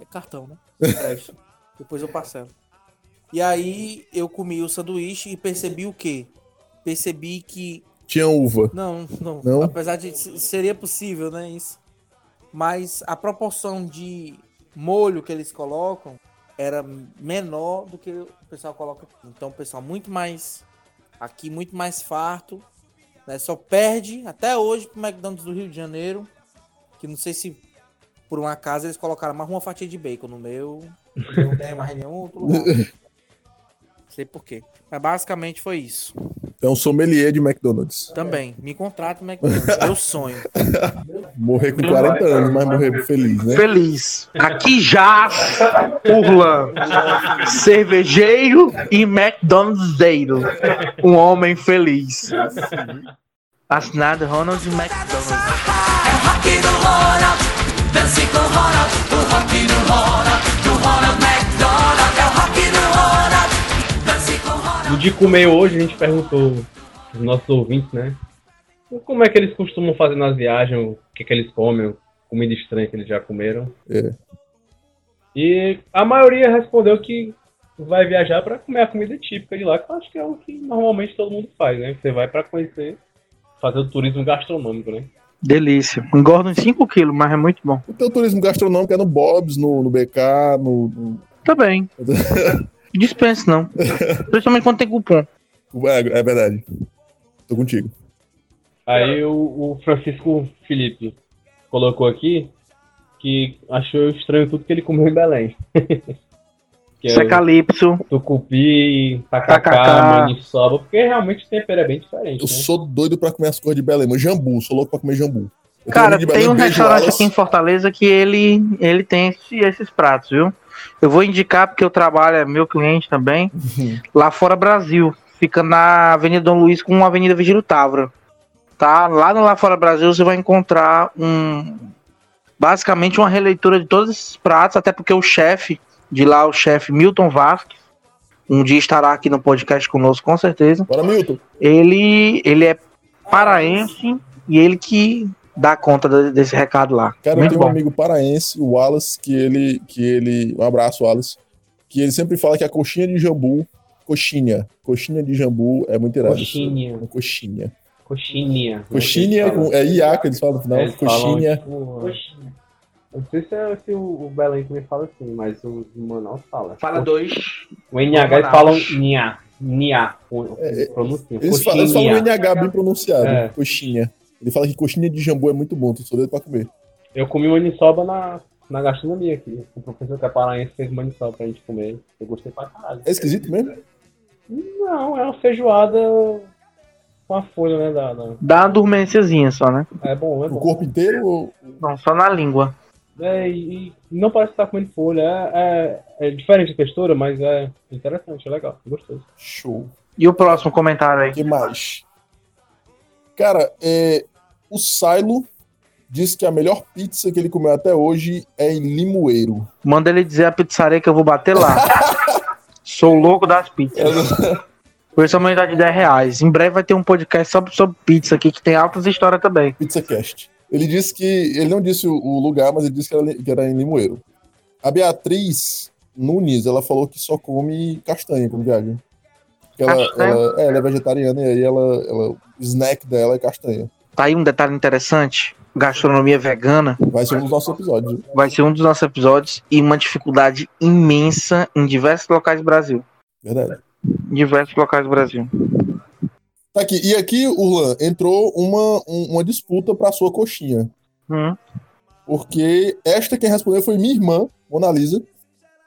É cartão, né? Empréstimo. Depois eu parcelo. E aí eu comi o sanduíche e percebi o quê? Percebi que Tinha uva. Não, não, Não? Apesar de se- seria possível, né? Isso. Mas a proporção de molho que eles colocam era menor do que o pessoal coloca aqui. Então, o pessoal muito mais aqui, muito mais farto, né? Só perde até hoje pro McDonald's do Rio de Janeiro, que não sei se por um acaso eles colocaram mais uma fatia de bacon no meu, não tem mais nenhum outro lugar. Sei por quê. Mas basicamente foi isso. É um sommelier de McDonald's. Também. Me contrata no McDonald's. Meu sonho. Morrer com 40 anos, mas morrer feliz, né? Feliz. Aqui já, Urla, cervejeiro e McDonald'sdeiro. Um homem feliz. Assinado Ronald McDonald. No de comer hoje, a gente perguntou os nossos ouvintes, né? Como é que eles costumam fazer nas viagens, o que, que eles comem, comida estranha que eles já comeram. É. E a maioria respondeu que vai viajar pra comer a comida típica de lá, que eu acho que é o que normalmente todo mundo faz, né? Você vai pra conhecer, fazer o turismo gastronômico, né? Delícia. Engorda uns 5 quilos, mas é muito bom. O teu turismo gastronômico é no Bob's, no, no BK, no, no- Também. Tá Dispense não. Principalmente quando tem cupom. É, é verdade. Tô contigo. Aí o, o Francisco Felipe colocou aqui que achou estranho tudo que ele comeu em Belém. que Isso é calypso. tucupi, tacacá, Tacacá. maniçoba, porque realmente o tempero é bem diferente, Eu né? sou doido pra comer as coisas de Belém, mas jambu, sou louco pra comer jambu. Eu tô Cara, indo de Belém, tem um beijo, restaurante Alas. aqui em Fortaleza que ele, ele tem esse- esses pratos, viu? Eu vou indicar porque eu trabalho, é meu cliente também, Uhum. lá fora Brasil. Fica na Avenida Dom Luiz com a Avenida Vigílio Távora. Tá? Lá no Lá Fora Brasil você vai encontrar um basicamente uma releitura de todos esses pratos, até porque o chefe de lá, o chefe Milton Vasquez, um dia estará aqui no podcast conosco com certeza Bora, Milton. ele, ele é paraense e ele que dá conta de- desse recado lá. Cara, eu Muito tenho um bom. amigo paraense, o Wallace, que ele, que ele. Um abraço, Wallace. Que ele sempre fala que a coxinha de jambu. Coxinha. Coxinha de jambu é muito irado. Coxinha, Uma coxinha. coxinha. Coxinha Eles falam. com- é IA que eles falam no final. Eles falam, coxinha. tipo, Coxinha. eu não sei se, é- se o, o Belém também fala assim, mas o o Manaus fala. Fala dois. O NH eles Manaus. falam nha, nha, com- É, pronuncia, Eles falam, eles falam o coxinha. NH bem pronunciado. É. Coxinha. Ele fala que coxinha de jambu é muito bom, tô sou doido pra comer. Eu comi maniçoba na, na gastronomia aqui. O professor que é paraense fez maniçoba pra gente comer. Eu gostei pra caralho. É esquisito mesmo? Não, é uma feijoada com a folha, né? Da, da- Dá uma dormênciazinha só, né? É bom, é O bom. corpo inteiro ou Não, só na língua. É, e, e não parece que tá comendo folha. É, é- é diferente a textura, mas é interessante, é legal, gostoso. show? E o próximo comentário aí? O que mais? Cara, é, o Silo diz que a melhor pizza que ele comeu até hoje é em Limoeiro. Manda ele dizer a pizzaria que eu vou bater lá. Sou louco das pizzas. Preço uma unidade de 10 reais. Em breve vai ter um podcast só sobre pizza aqui, que tem altas histórias também. PizzaCast. Ele disse que. Ele não disse o- o lugar, mas ele disse que era, li- que era em Limoeiro. A Beatriz Nunes, ela falou que só come castanha quando viaja. Que Ela, Castanha? ela- é, ela é vegetariana e aí ela, ela- o snack dela é castanha. Tá aí um detalhe interessante: gastronomia vegana. Vai ser um dos nossos episódios. Vai ser um dos nossos episódios e uma dificuldade imensa em diversos locais do Brasil. Verdade. Em diversos locais do Brasil. Tá aqui. E aqui, Urlan, entrou uma, um- uma disputa pra sua coxinha. Hum. Porque esta quem respondeu foi minha irmã, Mona Lisa.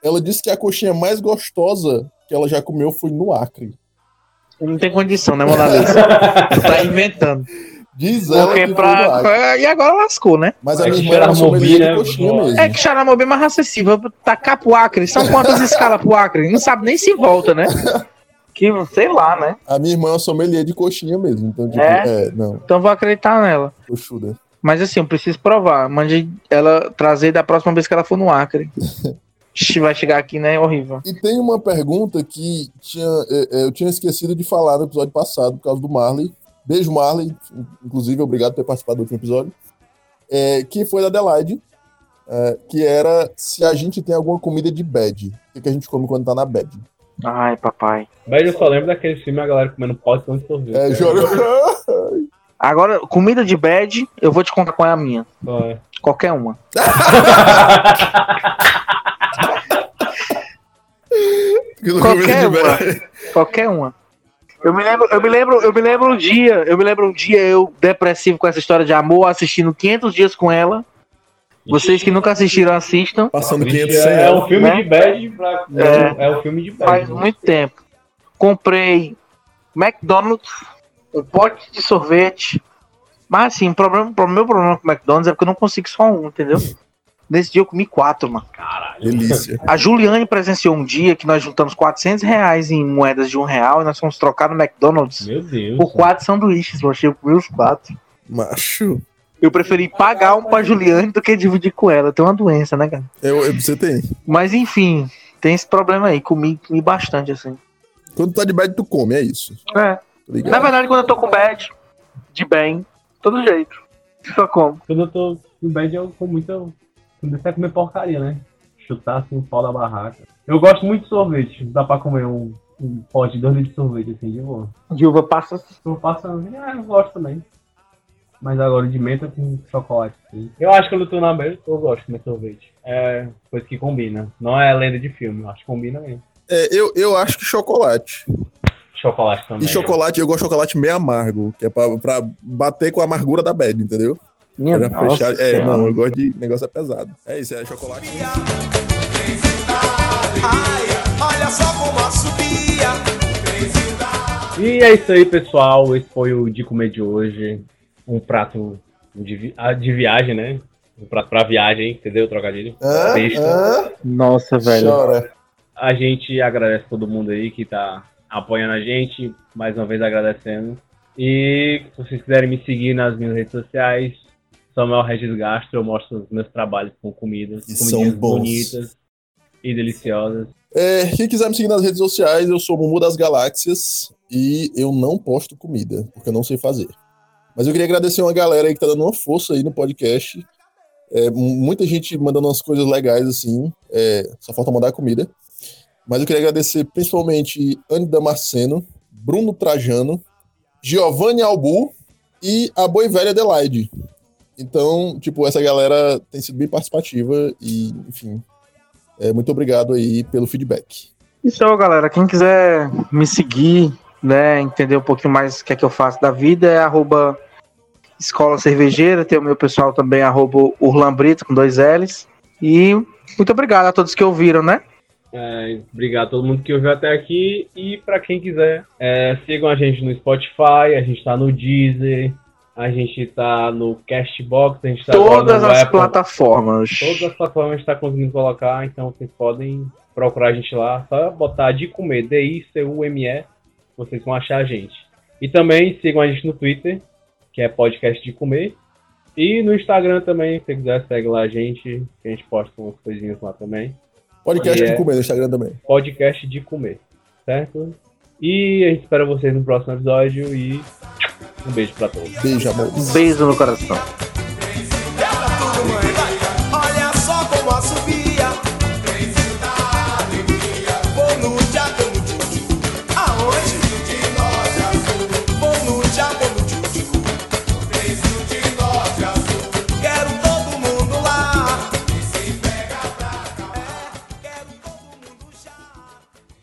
Ela disse que a coxinha mais gostosa que ela já comeu foi no Acre. Não tem condição, né, Mona Lisa? tá inventando. Diz ela Porque que foi no Acre. pra... E agora lascou, né? Mas a É minha que irmã era Xaramobi, sommelier de né, coxinha vó? mesmo. É que Xaramobê é mais acessível. Tacar pro Acre. São quantas escalas pro Acre? Não sabe nem se volta, né? Que, sei lá, né? A minha irmã é sommelier de coxinha mesmo. Então, tipo, É? é, não, Então vou acreditar nela. coxuda. Mas assim, eu preciso provar. Mande ela trazer da próxima vez que ela for no Acre. Ixi, Vai chegar aqui, né? Horrível. E tem uma pergunta que tinha, é, é, eu tinha esquecido de falar no episódio passado, por causa do Marley. Beijo, Marley. Inclusive, obrigado por ter participado do último episódio. É, que foi da Adelaide, é, que era se a gente tem alguma comida de bad. O que, que a gente come quando tá na bad? Ai, papai. Mas eu só lembro daquele filme a galera comendo pau e tomando sorvete. É, chorou. Agora, comida de bad, eu vou te contar qual é a minha. Só é. Qualquer uma. Qualquer uma. Qualquer uma. Eu me lembro, eu me lembro, eu me lembro um dia, eu me lembro um dia eu depressivo com essa história de amor, assistindo 500 dias com ela. Vocês que nunca assistiram, assistam. Passando Vixe, 500 sem é, ela. um filme né? de bad pra... É. É, um filme de bad. Faz né? muito tempo. Comprei McDonald's, um pote de sorvete. Mas assim, o problema, o meu problema com McDonald's é porque eu não consigo só um, entendeu? Nesse dia eu comi quatro, mano. Delícia. A Juliane presenciou um dia que nós juntamos 400 reais em moedas de um real e nós fomos trocar no McDonald's Meu Deus. por quatro sanduíches. Eu achei eu comi os quatro. Macho. Eu preferi pagar um pra Juliane do que dividir com ela. Tem uma doença, né, cara? Eu, eu- você tem. Mas enfim, tem esse problema aí. Comi, comi bastante, assim. Quando tá de bad, tu come, é isso. É. Tá ligado? Na verdade, quando eu tô com bad, de bem, todo jeito. Só como. Quando eu tô em bad, eu com muita. Comecei a comer porcaria, né? Chutar assim o pau da barraca. Eu gosto muito de sorvete. Dá pra comer um, um pote de dois litros de sorvete, assim, de boa. Dilva passa. assim. Eu passo, ah, eu gosto também. Mas agora de menta com chocolate. assim. Eu acho que quando eu tô na mesa, eu gosto de comer sorvete. É coisa que combina. Não é lenda de filme, eu acho que combina mesmo. É, eu, eu acho que chocolate. Chocolate também. E chocolate, eu gosto de chocolate meio amargo, que é pra, pra bater com a amargura da bad, entendeu? Minha Pra nossa fechar- É, senhora. não, eu gosto de negócio é pesado. É isso, é chocolate. Ai, olha só como a subia. E é isso aí, pessoal. Esse foi o De Comer de hoje. Um prato de, vi- ah, de viagem, né? Um prato pra viagem, entendeu? Trocadilho. Hã? Besta. Hã? Nossa, velho. Chora. A gente agradece todo mundo aí que tá apoiando a gente, mais uma vez agradecendo. E se vocês quiserem me seguir nas minhas redes sociais, Samuel Regis Gastro, eu mostro os meus trabalhos com comidas, E comidas são bons. bonitas e deliciosas. É, quem quiser me seguir nas redes sociais, eu sou o Mumu das Galáxias e eu não posto comida, porque eu não sei fazer. Mas eu queria agradecer uma galera aí que tá dando uma força aí no podcast. É, m- muita gente mandando umas coisas legais, assim. É, só falta mandar comida. Mas eu queria agradecer principalmente Anne Damasceno, Bruno Trajano, Giovanni Albu e a Boi Velha Adelaide. Então, tipo, essa galera tem sido bem participativa e, enfim, é, muito obrigado aí pelo feedback. Isso aí, Então, galera. Quem quiser me seguir, né, entender um pouquinho mais o que é que eu faço da vida, é arroba Escola Cervejeira. Tem o meu pessoal também, arroba Urlan Brito, com dois L's. E muito obrigado a todos que ouviram, né? É, obrigado a todo mundo que ouviu até aqui. E para quem quiser, é, sigam a gente no Spotify, a gente tá no Deezer, a gente tá no Castbox, a gente tá agora Todas no as Apple. plataformas. Todas as plataformas a gente tá conseguindo colocar, então vocês podem procurar a gente lá. Só botar de comer, D-I-C-U-M-E, vocês vão achar a gente. E também sigam a gente no Twitter, que é podcast de comer. E no Instagram também, se você quiser, segue lá a gente, que a gente posta umas coisinhas lá também. Podcast E de é- comer no Instagram também. podcast de comer, certo? E a gente espera vocês no próximo episódio e um beijo pra todos. Beijo, amor. Um beijo no coração.